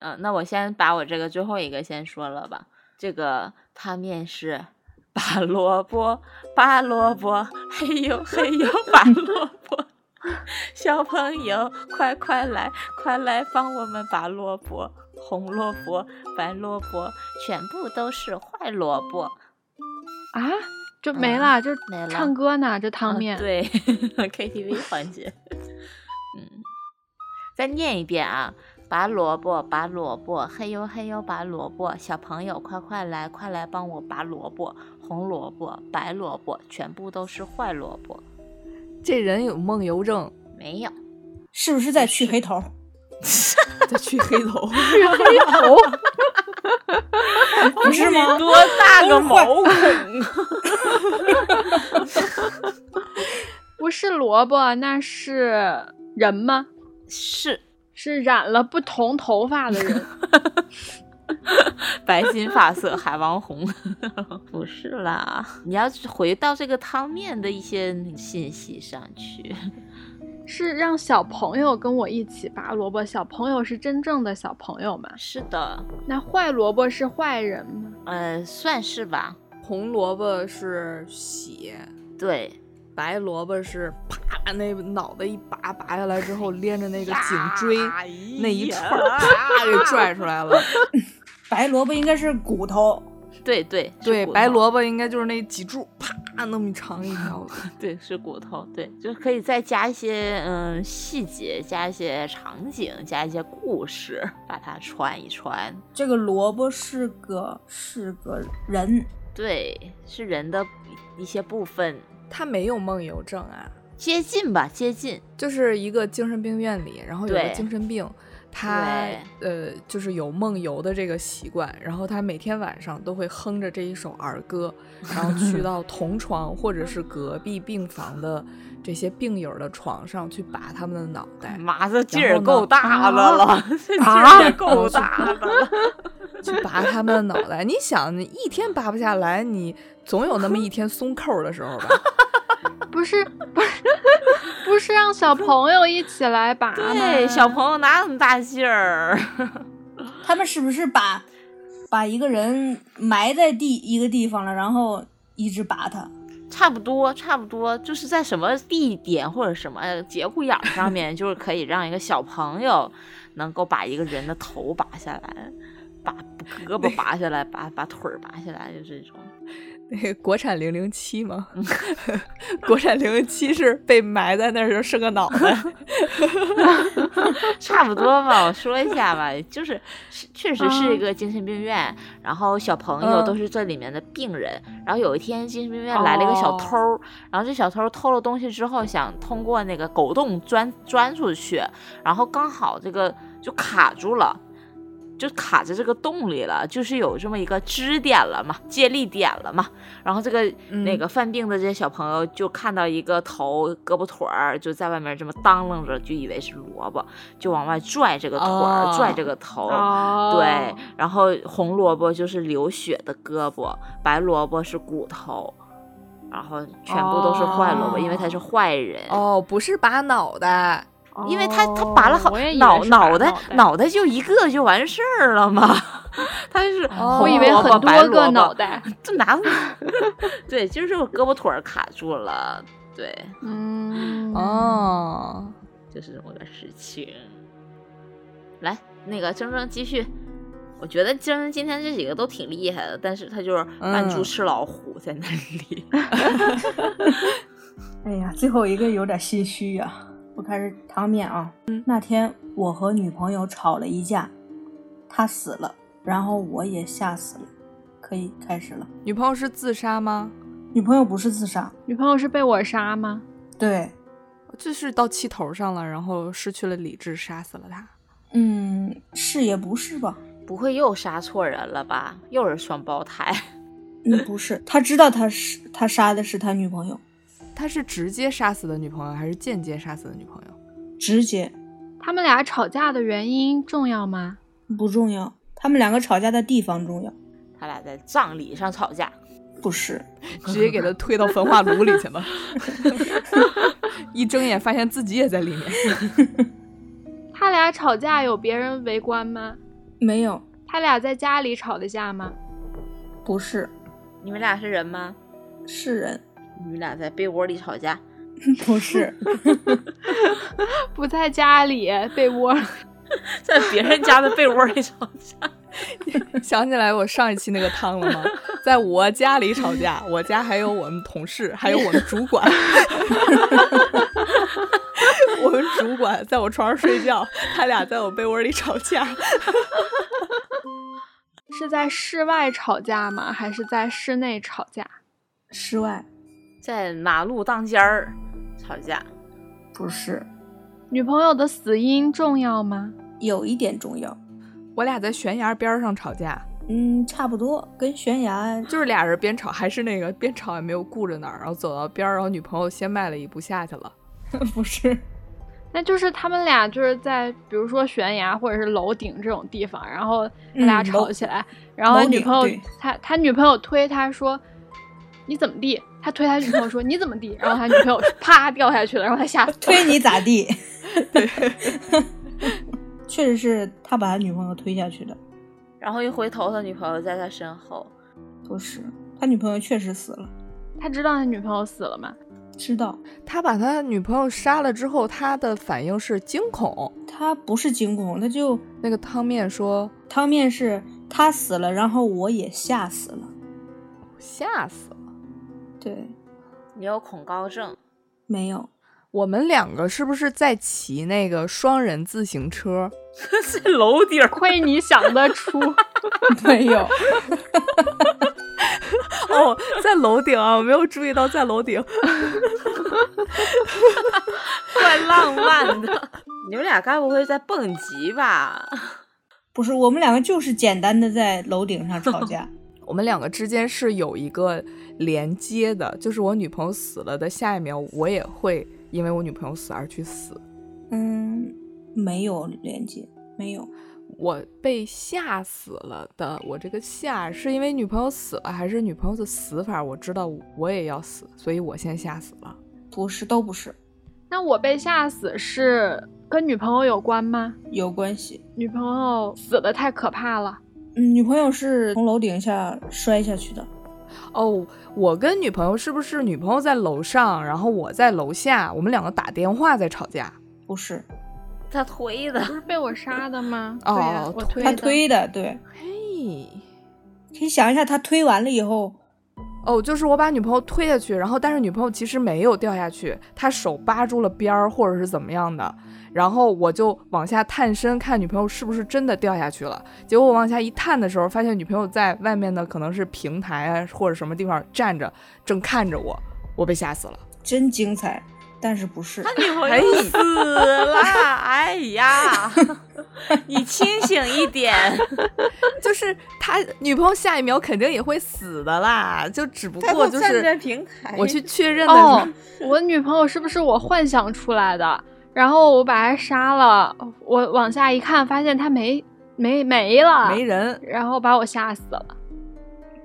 [SPEAKER 1] 嗯，那我先把我这个最后一个先说了吧。这个他面是拔萝卜，拔萝卜，嘿呦嘿呦，拔萝卜。小朋友，快快来，快来帮我们拔萝卜！红萝卜、白萝卜，全部都是坏萝卜。
[SPEAKER 3] 啊，就没了，就
[SPEAKER 1] 嗯没了
[SPEAKER 3] 唱歌呢，这汤
[SPEAKER 1] 啊
[SPEAKER 3] 面。
[SPEAKER 1] 对 KTV 环节。嗯，再念一遍啊！拔萝卜，拔萝卜，嘿呦嘿呦，拔萝卜！小朋友，快快来，快来帮我拔萝卜！红萝卜、白萝卜，全部都是坏萝卜。
[SPEAKER 2] 这人有梦游 症，
[SPEAKER 1] 没有，
[SPEAKER 5] 是不是在去黑 头？
[SPEAKER 2] 在去黑头。
[SPEAKER 5] 不是吗？
[SPEAKER 1] 多大个毛孔啊！
[SPEAKER 3] 不是萝卜，那是人吗？
[SPEAKER 1] 是
[SPEAKER 3] 是染了不同头 发的人。
[SPEAKER 1] 白金发色，海王红， 不是啦。你要是回到这个汤面的一些信息上去。
[SPEAKER 3] 是让小朋友跟我一起拔萝卜，小朋友是真正的小朋友嘛？
[SPEAKER 1] 是的，
[SPEAKER 3] 那坏萝卜是坏人吗？
[SPEAKER 1] 呃，算是吧。
[SPEAKER 2] 红萝卜是血，
[SPEAKER 1] 对，
[SPEAKER 2] 白萝卜是啪那脑袋一拔拔下来之后，连着那个颈椎
[SPEAKER 1] 哎呀
[SPEAKER 2] 那一串儿啪给拽出来 了。
[SPEAKER 5] 白萝卜应该是骨头，
[SPEAKER 1] 对对是
[SPEAKER 2] 对，
[SPEAKER 1] 骨
[SPEAKER 2] 白
[SPEAKER 1] 头
[SPEAKER 2] 萝卜应该就是那脊柱啪那么长一 条。
[SPEAKER 1] 对是骨头，对，就是可以再加一些嗯细节，加一些场景，加一些故事，把它串一串。
[SPEAKER 5] 这个萝卜是个是个人，
[SPEAKER 1] 对，是人的一些部分，
[SPEAKER 2] 他没有梦游症啊，
[SPEAKER 1] 接近吧，接近。
[SPEAKER 2] 就是一个精神病院里，然后有个
[SPEAKER 1] 对
[SPEAKER 2] 精神病，他呃就是有梦游的这个习惯，然后他每天晚上都会哼着这一首儿歌，然后去到同床或者是隔壁病房的这些病友的床上去拔他们的脑袋，
[SPEAKER 1] 妈，这劲
[SPEAKER 2] 然
[SPEAKER 1] 儿
[SPEAKER 2] 后呢
[SPEAKER 1] 够大的了， 这劲
[SPEAKER 2] 啊
[SPEAKER 1] 儿也够大的了。
[SPEAKER 2] 去拔他们的脑袋。你想，你一天拔不下来，你总有那么一天松扣的时候吧？
[SPEAKER 3] 不是，不是， 不是让小朋友一起来拔吗？
[SPEAKER 1] 对，哎小朋友哪有那么大劲儿？
[SPEAKER 5] 他们是不是把把一个人埋在地一个地方了，然后一直拔他？
[SPEAKER 1] 差不多，差不多，就是在什么地点或者什么节骨眼儿上面，就是可以让一个小朋友能够把一个人的头拔下来，把胳膊拔下来，把把腿儿拔下来，就这种。
[SPEAKER 2] 那个国产零零七吗？ 国产零零七是被埋在那儿就剩个脑袋。
[SPEAKER 1] 差不多吧，我说一下吧，就是是确实是一个精神病院，然后小朋友
[SPEAKER 2] 嗯
[SPEAKER 1] 都是这里面的病人。然后有一天，精神病院来了一个
[SPEAKER 2] 哦
[SPEAKER 1] 小偷，然后这小偷偷了东西之后，想通过那个狗洞钻钻出去，然后刚好这个就卡住了。就卡在这个洞里了，就是有这么一个支点了嘛，接力点了嘛。然后这个、
[SPEAKER 2] 嗯
[SPEAKER 1] 那个犯病的这些小朋友就看到一个头、胳膊腿儿就在外面这么当啷着，就以为是萝卜，就往外拽这个腿儿、
[SPEAKER 2] 哦
[SPEAKER 1] 拽这个头。
[SPEAKER 3] 哦，
[SPEAKER 1] 对，然后红萝卜就是流血的胳膊，白萝卜是骨头，然后全部都是坏萝卜，
[SPEAKER 2] 哦
[SPEAKER 1] 因为他是坏人。
[SPEAKER 2] 哦，不是拔脑袋，
[SPEAKER 1] 因为
[SPEAKER 3] 哦
[SPEAKER 1] 他他拔了好
[SPEAKER 6] 我也以为
[SPEAKER 1] 脑
[SPEAKER 6] 是拔
[SPEAKER 1] 脑袋
[SPEAKER 6] 脑
[SPEAKER 1] 脑袋就一个就完事儿了嘛， 他就是
[SPEAKER 2] 哦
[SPEAKER 1] 红
[SPEAKER 3] 我以为
[SPEAKER 1] 萝卜
[SPEAKER 3] 很
[SPEAKER 1] 白
[SPEAKER 3] 多
[SPEAKER 1] 萝
[SPEAKER 3] 个
[SPEAKER 1] 卜
[SPEAKER 3] 脑，袋。
[SPEAKER 1] 这哪？对，就是我胳膊腿儿卡住了，对，
[SPEAKER 3] 嗯，
[SPEAKER 2] 哦，
[SPEAKER 1] 就是这么个事情。来，那个铮铮继续。我觉得铮铮今天这几个都挺厉害的，但是他就是扮猪
[SPEAKER 2] 嗯
[SPEAKER 1] 吃老虎在那里。
[SPEAKER 4] 哎呀，最后一个有点心虚呀、我开始汤面啊。那天我和女朋友吵了一架，她死了，然后我也吓死了。可以开始了。
[SPEAKER 2] 女朋友是自杀吗？
[SPEAKER 4] 女朋友不是自杀，
[SPEAKER 3] 女朋友是被我杀吗？
[SPEAKER 4] 对，
[SPEAKER 2] 就是到气头上了，然后失去了理智，杀死了他。
[SPEAKER 4] 嗯，是也不是吧？
[SPEAKER 1] 不会又杀错人了吧？又是双胞胎？
[SPEAKER 4] 嗯，不是。他知道他是他杀的是他女朋友，
[SPEAKER 2] 他是直接杀死的女朋友，还是间接杀死的女朋友？
[SPEAKER 4] 直接
[SPEAKER 3] 他们俩吵架的原因重要吗？
[SPEAKER 4] 不重要。他们两个吵架的地方重要，
[SPEAKER 1] 他俩在葬礼上吵架。
[SPEAKER 4] 不是？
[SPEAKER 2] 直接给他推到焚化炉里去了。 一睁眼发现自己也在里面。
[SPEAKER 3] 他俩吵架有别人围观吗？
[SPEAKER 4] 没有，
[SPEAKER 3] 他俩在家里吵的架吗？
[SPEAKER 4] 不是，
[SPEAKER 1] 你们俩是人吗？
[SPEAKER 4] 是人，
[SPEAKER 1] 你们俩在被窝里吵架？
[SPEAKER 4] 不 是。
[SPEAKER 3] 不在家里被窝，
[SPEAKER 1] 在别人家的被窝里吵架？
[SPEAKER 2] 想起来我上一期那个汤了吗？在我家里吵架，我家还有我们同事，还有我们主管。 我们主管在我床上睡觉，他俩在我被窝里吵架。
[SPEAKER 3] 是在室外吵架吗？还是在室内吵架？
[SPEAKER 4] 室外
[SPEAKER 1] 在马路当间儿吵架？
[SPEAKER 4] 不是，
[SPEAKER 3] 女朋友的死因重要吗？
[SPEAKER 4] 有一点重要。
[SPEAKER 2] 我俩在悬崖边上吵架，
[SPEAKER 4] 嗯，差不多，跟悬崖
[SPEAKER 2] 就是俩人边吵，还是那个边吵也没有顾着哪儿，然后走到边儿，然后女朋友先迈了一步下去了。
[SPEAKER 4] 不是。
[SPEAKER 3] 那就是他们俩就是在比如说悬崖或者是楼顶这种地方，然后他俩
[SPEAKER 4] 嗯
[SPEAKER 3] 吵
[SPEAKER 4] 楼
[SPEAKER 3] 起来，然后
[SPEAKER 4] 楼
[SPEAKER 3] 女
[SPEAKER 4] 顶
[SPEAKER 3] 朋友
[SPEAKER 4] 对
[SPEAKER 3] 他他女朋友推他说你怎么地，他推他女朋友说你怎么地，然后他女朋友啪掉下去了，然后他吓死了。
[SPEAKER 4] 推你咋地？ 确实是他把他女朋友推下去的，
[SPEAKER 1] 然后一回头，他女朋友在他身后。
[SPEAKER 4] 不是他女朋友确实死了，
[SPEAKER 3] 他知道他女朋友死了吗？
[SPEAKER 4] 知道
[SPEAKER 2] 他把他女朋友杀了之后，他的反应是惊恐。
[SPEAKER 4] 他不是惊恐，他就
[SPEAKER 2] 那个汤面说
[SPEAKER 4] 汤面是他死了，然后我也吓死了，
[SPEAKER 2] 吓死了。
[SPEAKER 4] 对，
[SPEAKER 1] 你有恐高症？
[SPEAKER 4] 没有，
[SPEAKER 2] 我们两个是不是在骑那个双人自行车？
[SPEAKER 1] 在楼顶儿
[SPEAKER 3] 亏你想得出，
[SPEAKER 4] 没有，
[SPEAKER 2] 哦，在楼顶啊，我没有注意到在楼顶。
[SPEAKER 1] 怪浪漫的。 你们俩该不会在蹦极吧？
[SPEAKER 4] 不是我们两个就是简单的在楼顶上吵架，
[SPEAKER 2] 我们两个之间是有一个连接的，就是我女朋友死了的下一秒，我也会因为我女朋友死而去死。
[SPEAKER 4] 嗯，没有连接，没有，
[SPEAKER 2] 我被吓死了的，我这个吓是因为女朋友死了，还是女朋友的死法？我知道我也要死，所以我先吓死了。
[SPEAKER 4] 不是都不是
[SPEAKER 3] 那我被吓死是跟女朋友有关吗？
[SPEAKER 4] 有关系，
[SPEAKER 3] 女朋友死的太可怕了，
[SPEAKER 4] 嗯，女朋友是从楼顶下摔下去的，
[SPEAKER 2] 哦，我跟女朋友是不是女朋友在楼上，然后我在楼下，我们两个打电话在吵架？
[SPEAKER 4] 不是
[SPEAKER 1] 他推的
[SPEAKER 3] 不是被我杀的吗？
[SPEAKER 2] 哦
[SPEAKER 3] 对呀我
[SPEAKER 2] 推
[SPEAKER 3] 推
[SPEAKER 4] 他
[SPEAKER 3] 的哦
[SPEAKER 4] 推的，对。
[SPEAKER 2] 嘿，
[SPEAKER 4] 可以想一下，他推完了以后，
[SPEAKER 2] 哦，就是我把女朋友推下去，然后但是女朋友其实没有掉下去，她手扒住了边儿或者是怎么样的，然后我就往下探身看女朋友是不是真的掉下去了。结果我往下一探的时候，发现女朋友在外面的可能是平台啊或者什么地方站着，正看着我，我被吓死了。
[SPEAKER 4] 真精彩，但是不是？
[SPEAKER 1] 女朋友哎死了， 哎 呀，你清醒一点。
[SPEAKER 2] 就是他女朋友下一秒肯定也会死的啦，就只不过就
[SPEAKER 1] 站在
[SPEAKER 2] 是
[SPEAKER 1] 平台，
[SPEAKER 2] 我去确认的时候
[SPEAKER 3] 哦，我女朋友是不是我幻想出来的？然后我把她杀了，我往下一看，发现她没没没了，
[SPEAKER 2] 没人，
[SPEAKER 3] 然后把我吓死了。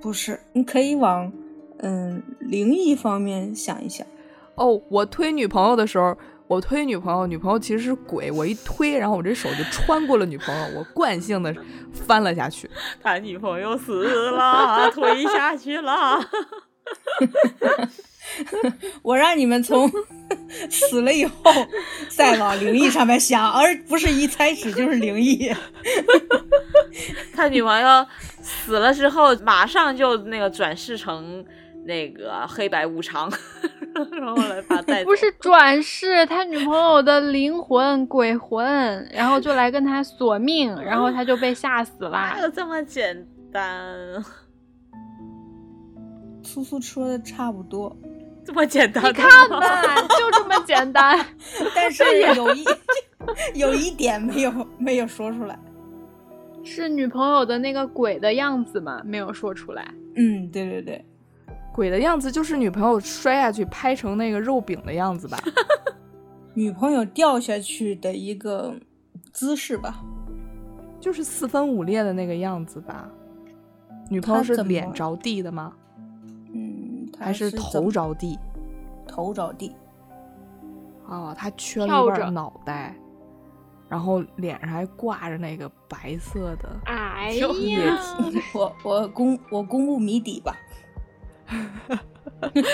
[SPEAKER 4] 不是，你可以往嗯，灵异方面想一想，
[SPEAKER 2] 哦，我推女朋友的时候，我推女朋友，女朋友其实是鬼，我一推，然后我这手就穿过了女朋友，我惯性的翻了下去。
[SPEAKER 1] 他女朋友死了，推下去了。
[SPEAKER 4] 我让你们 从死了以后再往灵异上面想，而不是一开始就是灵异。
[SPEAKER 1] 他女朋友死了之后，马上就那个转世成那个黑白无常， 然后来把他带走。
[SPEAKER 3] 不是转世，他女朋友的灵魂鬼魂，然后就来跟他索命，然后他就被吓死
[SPEAKER 1] 哪哎
[SPEAKER 3] 了
[SPEAKER 1] 有。这么简单？
[SPEAKER 4] 苏苏说的差不多，
[SPEAKER 1] 这么简单？
[SPEAKER 3] 你看，吧，就这么简单。
[SPEAKER 4] 但是有一 有一点没有没有说出来。
[SPEAKER 3] 是女朋友的那个鬼的样子吗？没有说出来。
[SPEAKER 4] 嗯，对对对，
[SPEAKER 2] 鬼的样子就是女朋友摔下去拍成那个肉饼的样 子吧？
[SPEAKER 4] 女朋友掉下去的一个姿势吧。
[SPEAKER 2] 就是四分五裂的那个样子吧？女朋友
[SPEAKER 4] 她
[SPEAKER 2] 是
[SPEAKER 4] 怎么
[SPEAKER 2] 脸着地的吗？
[SPEAKER 4] 嗯，她
[SPEAKER 2] 还是
[SPEAKER 4] 怎么
[SPEAKER 2] 头着地？
[SPEAKER 4] 头着地。
[SPEAKER 2] 哦，她缺了
[SPEAKER 3] 跳
[SPEAKER 2] 一
[SPEAKER 3] 着
[SPEAKER 2] 半脑袋，然后脸上还挂着那个白色的。
[SPEAKER 3] 哎
[SPEAKER 2] 就
[SPEAKER 3] 呀，
[SPEAKER 4] 我我公我公布谜底吧。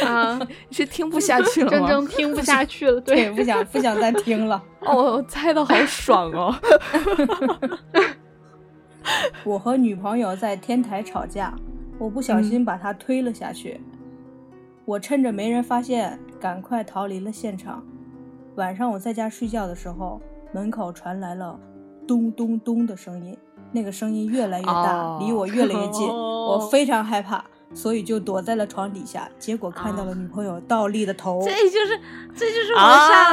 [SPEAKER 3] 啊，
[SPEAKER 2] 你是听不下去了
[SPEAKER 3] 真
[SPEAKER 2] 吗？
[SPEAKER 3] 正听不下去了。
[SPEAKER 4] 对，
[SPEAKER 3] 对，
[SPEAKER 4] 不想不想再听了。
[SPEAKER 2] 哦，我猜的好爽哦！
[SPEAKER 4] 我和女朋友在天台吵架，我不小心把她推了下去。我趁着没人发现，赶快逃离了现场。晚上我在家睡觉的时候，门口传来了咚咚咚的声音，那个声音越来越大，
[SPEAKER 2] 哦
[SPEAKER 4] 离我越来越 近，
[SPEAKER 1] 哦
[SPEAKER 4] 我非常害怕，所以就躲在了床底下。结果看到了女朋友倒立的头。
[SPEAKER 1] 这就是这就是我上、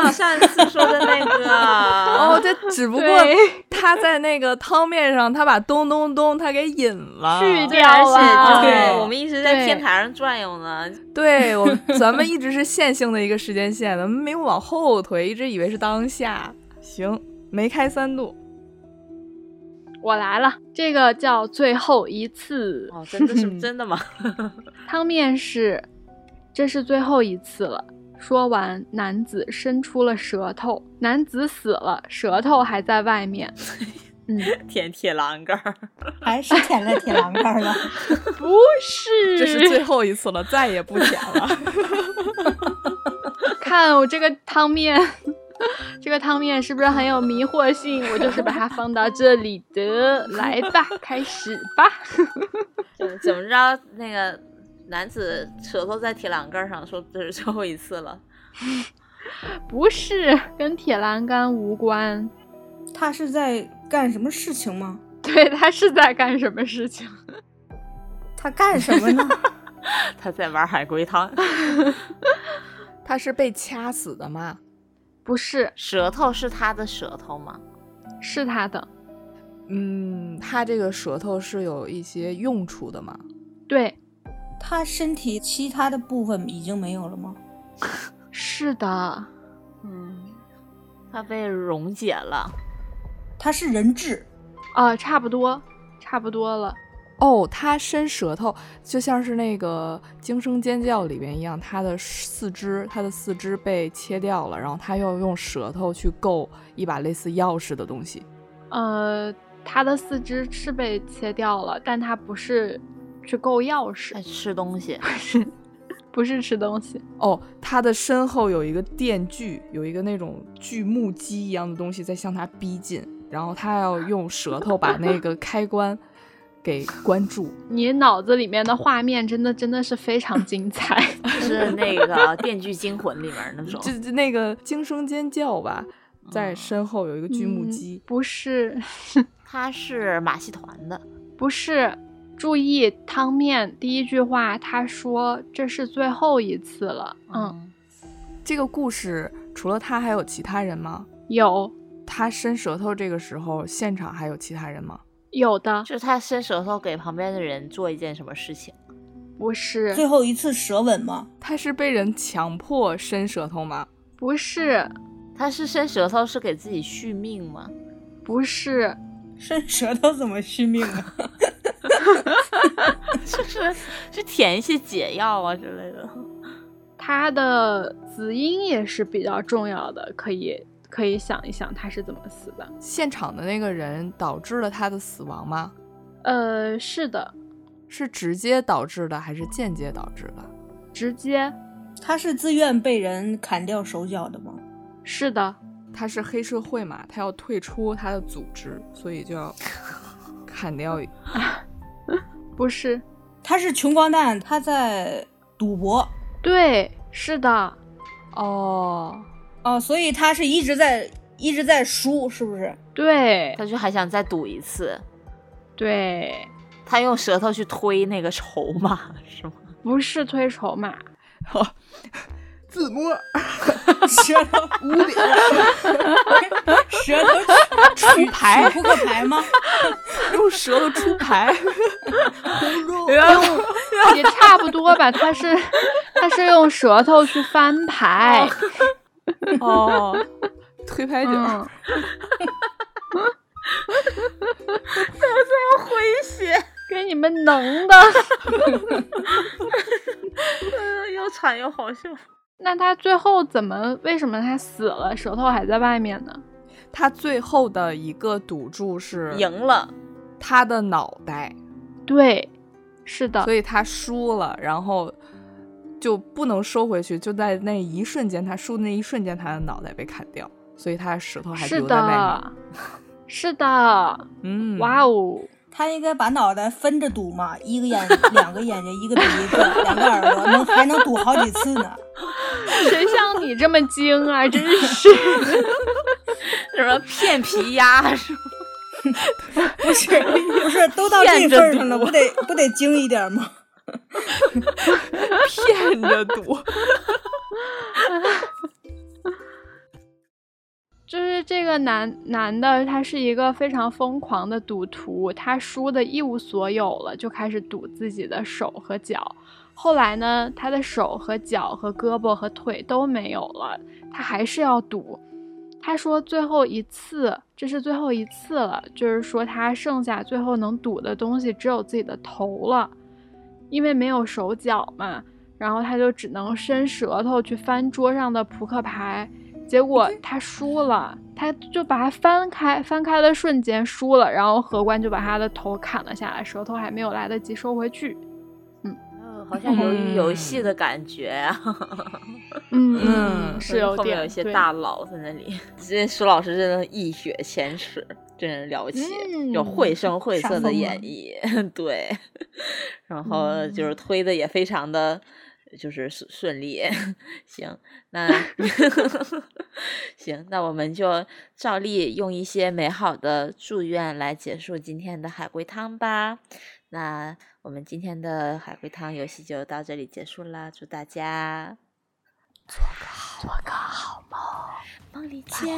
[SPEAKER 2] 啊
[SPEAKER 1] 上次说的那个。
[SPEAKER 2] 哦，这只不过
[SPEAKER 3] 对
[SPEAKER 2] 他在那个汤面上，他把咚咚咚他给引了。
[SPEAKER 3] 去
[SPEAKER 1] 对，
[SPEAKER 3] 掉
[SPEAKER 1] 而
[SPEAKER 3] 啊
[SPEAKER 1] 且就是
[SPEAKER 4] 对
[SPEAKER 1] 我们一直在
[SPEAKER 3] 对
[SPEAKER 1] 天台上转悠呢，
[SPEAKER 2] 对我，咱们一直是线性的一个时间线，咱们没有往后推，一直以为是当下。行，梅开三度。
[SPEAKER 3] 我来了。这个叫最后一次。
[SPEAKER 1] 哦，真的是真的吗？
[SPEAKER 3] 汤面是，这是最后一次了。说完，男子伸出了舌头，男子死了，舌头还在外面。嗯，
[SPEAKER 1] 舔铁栏杆儿，
[SPEAKER 4] 还是舔了铁栏杆了。
[SPEAKER 3] 不是，
[SPEAKER 2] 这是最后一次了，再也不舔了。
[SPEAKER 3] 看我这个汤面， 这个汤面是不是很有迷惑性？我就是把它放到这里的，来吧，开始吧。
[SPEAKER 1] 怎怎么着？那个男子舌头在铁栏杆上，说这是最后一次了。
[SPEAKER 3] 不是，跟铁栏杆无关。
[SPEAKER 4] 他是在干什么事情吗？
[SPEAKER 3] 对他是在干什么事情？
[SPEAKER 4] 他干什么呢？
[SPEAKER 1] 他在玩海龟汤，
[SPEAKER 2] 他是被掐死的吗？
[SPEAKER 3] 不是，
[SPEAKER 1] 舌头是他的舌头吗？
[SPEAKER 3] 是他的。
[SPEAKER 2] 嗯，他这个舌头是有一些用处的吗？
[SPEAKER 3] 对，
[SPEAKER 4] 他身体其他的部分已经没有了吗？
[SPEAKER 3] 是的，
[SPEAKER 1] 嗯，他被溶解了。
[SPEAKER 4] 他是人质，
[SPEAKER 3] 啊，差不多，差不多了。
[SPEAKER 2] 哦，他伸舌头就像是那个《惊声尖叫》里边一样，他的四肢，他的四肢被切掉了，然后他又用舌头去够一把类似钥匙的东西。
[SPEAKER 3] 呃，他的四肢是被切掉了，但他不是去够钥
[SPEAKER 1] 在
[SPEAKER 3] 匙，
[SPEAKER 1] 吃东西，
[SPEAKER 3] 不是吃东西。
[SPEAKER 2] 哦，他的身后有一个电锯，有一个那种锯木机一样的东西在向他逼近，然后他要用舌头把那个开关给关住。
[SPEAKER 3] 你脑子里面的画面真的真的是非常精 彩。
[SPEAKER 1] 是那个《电锯惊魂》里面那种。
[SPEAKER 2] 就就那个惊声尖叫吧，在
[SPEAKER 1] 嗯
[SPEAKER 2] 身后有一个锯木
[SPEAKER 3] 嗯
[SPEAKER 2] 机。
[SPEAKER 3] 不是，
[SPEAKER 1] 他是马戏团的，
[SPEAKER 3] 不是。注意汤面第一句话，他说这是最后一次了。嗯，
[SPEAKER 2] 这个故事除了他还有其他人吗？
[SPEAKER 3] 有
[SPEAKER 2] 他伸舌头这个时候，现场还有其他人吗？
[SPEAKER 3] 有的
[SPEAKER 1] 就是他伸舌头给旁边的人做一件什么事情，
[SPEAKER 3] 不是
[SPEAKER 4] 最后一次舌吻吗？
[SPEAKER 2] 他是被人强迫伸舌头吗？
[SPEAKER 3] 不是
[SPEAKER 1] 他是伸舌头是给自己续命吗？
[SPEAKER 3] 不是
[SPEAKER 4] 伸舌头怎么续命啊？
[SPEAKER 1] 就是是舔一些解药啊之类的。
[SPEAKER 3] 它的子音也是比较重要的，可以可以想一想它是怎么死的。
[SPEAKER 2] 现场的那个人导致了他的死亡吗？
[SPEAKER 3] 呃，是的，
[SPEAKER 2] 是直接导致的还是间接导致的？
[SPEAKER 3] 直接
[SPEAKER 4] 他是自愿被人砍掉手脚的吗？
[SPEAKER 3] 是的，
[SPEAKER 2] 他是黑社会嘛，他要退出他的组织，所以就要砍掉。
[SPEAKER 3] 不是，
[SPEAKER 4] 他是穷光蛋，他在赌博
[SPEAKER 3] 对，是的，
[SPEAKER 2] 哦，
[SPEAKER 4] 哦，所以他是一直在一直在输，是不是？
[SPEAKER 3] 对
[SPEAKER 1] 他就还想再赌一次，
[SPEAKER 3] 对，
[SPEAKER 1] 他用舌头去推那个筹码，是 吗？
[SPEAKER 3] 不是推筹 码，
[SPEAKER 2] 自 摸。
[SPEAKER 4] 舌头 无聊，舌头出牌扑克牌吗？
[SPEAKER 2] 用舌头出 牌，哎
[SPEAKER 3] 也差不多吧。他是他是用舌头去翻牌，
[SPEAKER 2] 哦， 推牌九，
[SPEAKER 3] 嗯，
[SPEAKER 1] 诙谐，
[SPEAKER 3] 给你们能的。
[SPEAKER 1] 哎又惨又好笑。
[SPEAKER 3] 那他最后怎么？为什么他死了，舌头还在外面呢？
[SPEAKER 2] 他最后的一个赌注是
[SPEAKER 1] 赢了，
[SPEAKER 2] 他的脑袋，
[SPEAKER 3] 对，是的
[SPEAKER 2] 所，以他输了，然后就不能收回去，就在那一瞬间，他输的那一瞬间，他的脑袋被砍掉，所以他的石头还
[SPEAKER 3] 是
[SPEAKER 2] 留在外面。
[SPEAKER 3] 的，是的，
[SPEAKER 2] 嗯，
[SPEAKER 3] 哇哦！
[SPEAKER 4] 他应该把脑袋分着堵嘛，一个眼、两个眼睛、一个鼻子、两个耳朵，能还能堵好几次呢。
[SPEAKER 2] 嗯
[SPEAKER 3] 谁像你这么精啊？真是
[SPEAKER 1] 什么骗皮鸭啊是吗？
[SPEAKER 4] 不是 不是，都到这份儿上了，不得不得精一点吗？
[SPEAKER 2] 骗着赌，
[SPEAKER 3] 就是这个男男的，他是一个非常疯狂的赌徒，他输的一无所有了，就开始赌自己的手和脚。后来呢，他的手和脚和胳膊和腿都没有了，他还是要赌。他说最后一次，这是最后一次了，就是说他剩下最后能赌的东西只有自己的头了，因为没有手脚嘛，然后他就只能伸舌头去翻桌上的扑克牌，结果他输了，他就把它翻开，翻开的瞬间输了，然后荷官就把他的头砍了下来，舌头还没有来得及收回去。
[SPEAKER 1] 嗯好像鱿鱼游戏的感觉啊，
[SPEAKER 3] 嗯
[SPEAKER 2] 嗯
[SPEAKER 3] 是有
[SPEAKER 1] 后面
[SPEAKER 3] 点
[SPEAKER 1] 有一些
[SPEAKER 3] 对
[SPEAKER 1] 大佬在那里。 这舒老师真的一雪前耻，真人了解，
[SPEAKER 3] 嗯
[SPEAKER 1] 有绘声绘色
[SPEAKER 4] 上
[SPEAKER 1] 的
[SPEAKER 4] 风
[SPEAKER 1] 演
[SPEAKER 4] 了
[SPEAKER 1] 绎， 对，然后就是推的也非常的。就是顺顺利， 行， 那行，那我们就照例用一些美好的祝愿来结束今天的海龟汤吧。那我们今天的海龟汤游戏就到这里结束啦，祝大家做个好做个好梦，梦里见，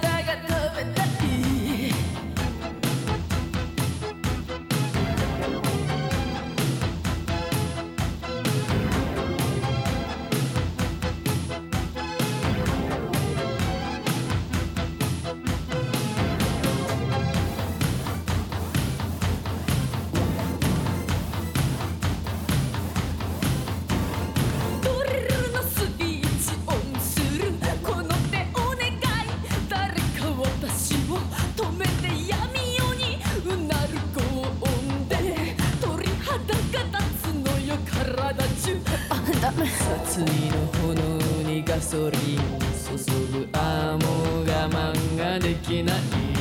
[SPEAKER 6] たが食べたいドリルのスイッチオンするこの手お願い誰か私を止めて闇夜にうなる高音で鳥肌が立つのよ体中あダメ
[SPEAKER 7] 殺意の炎にガソリン注ぐああもう我慢ができない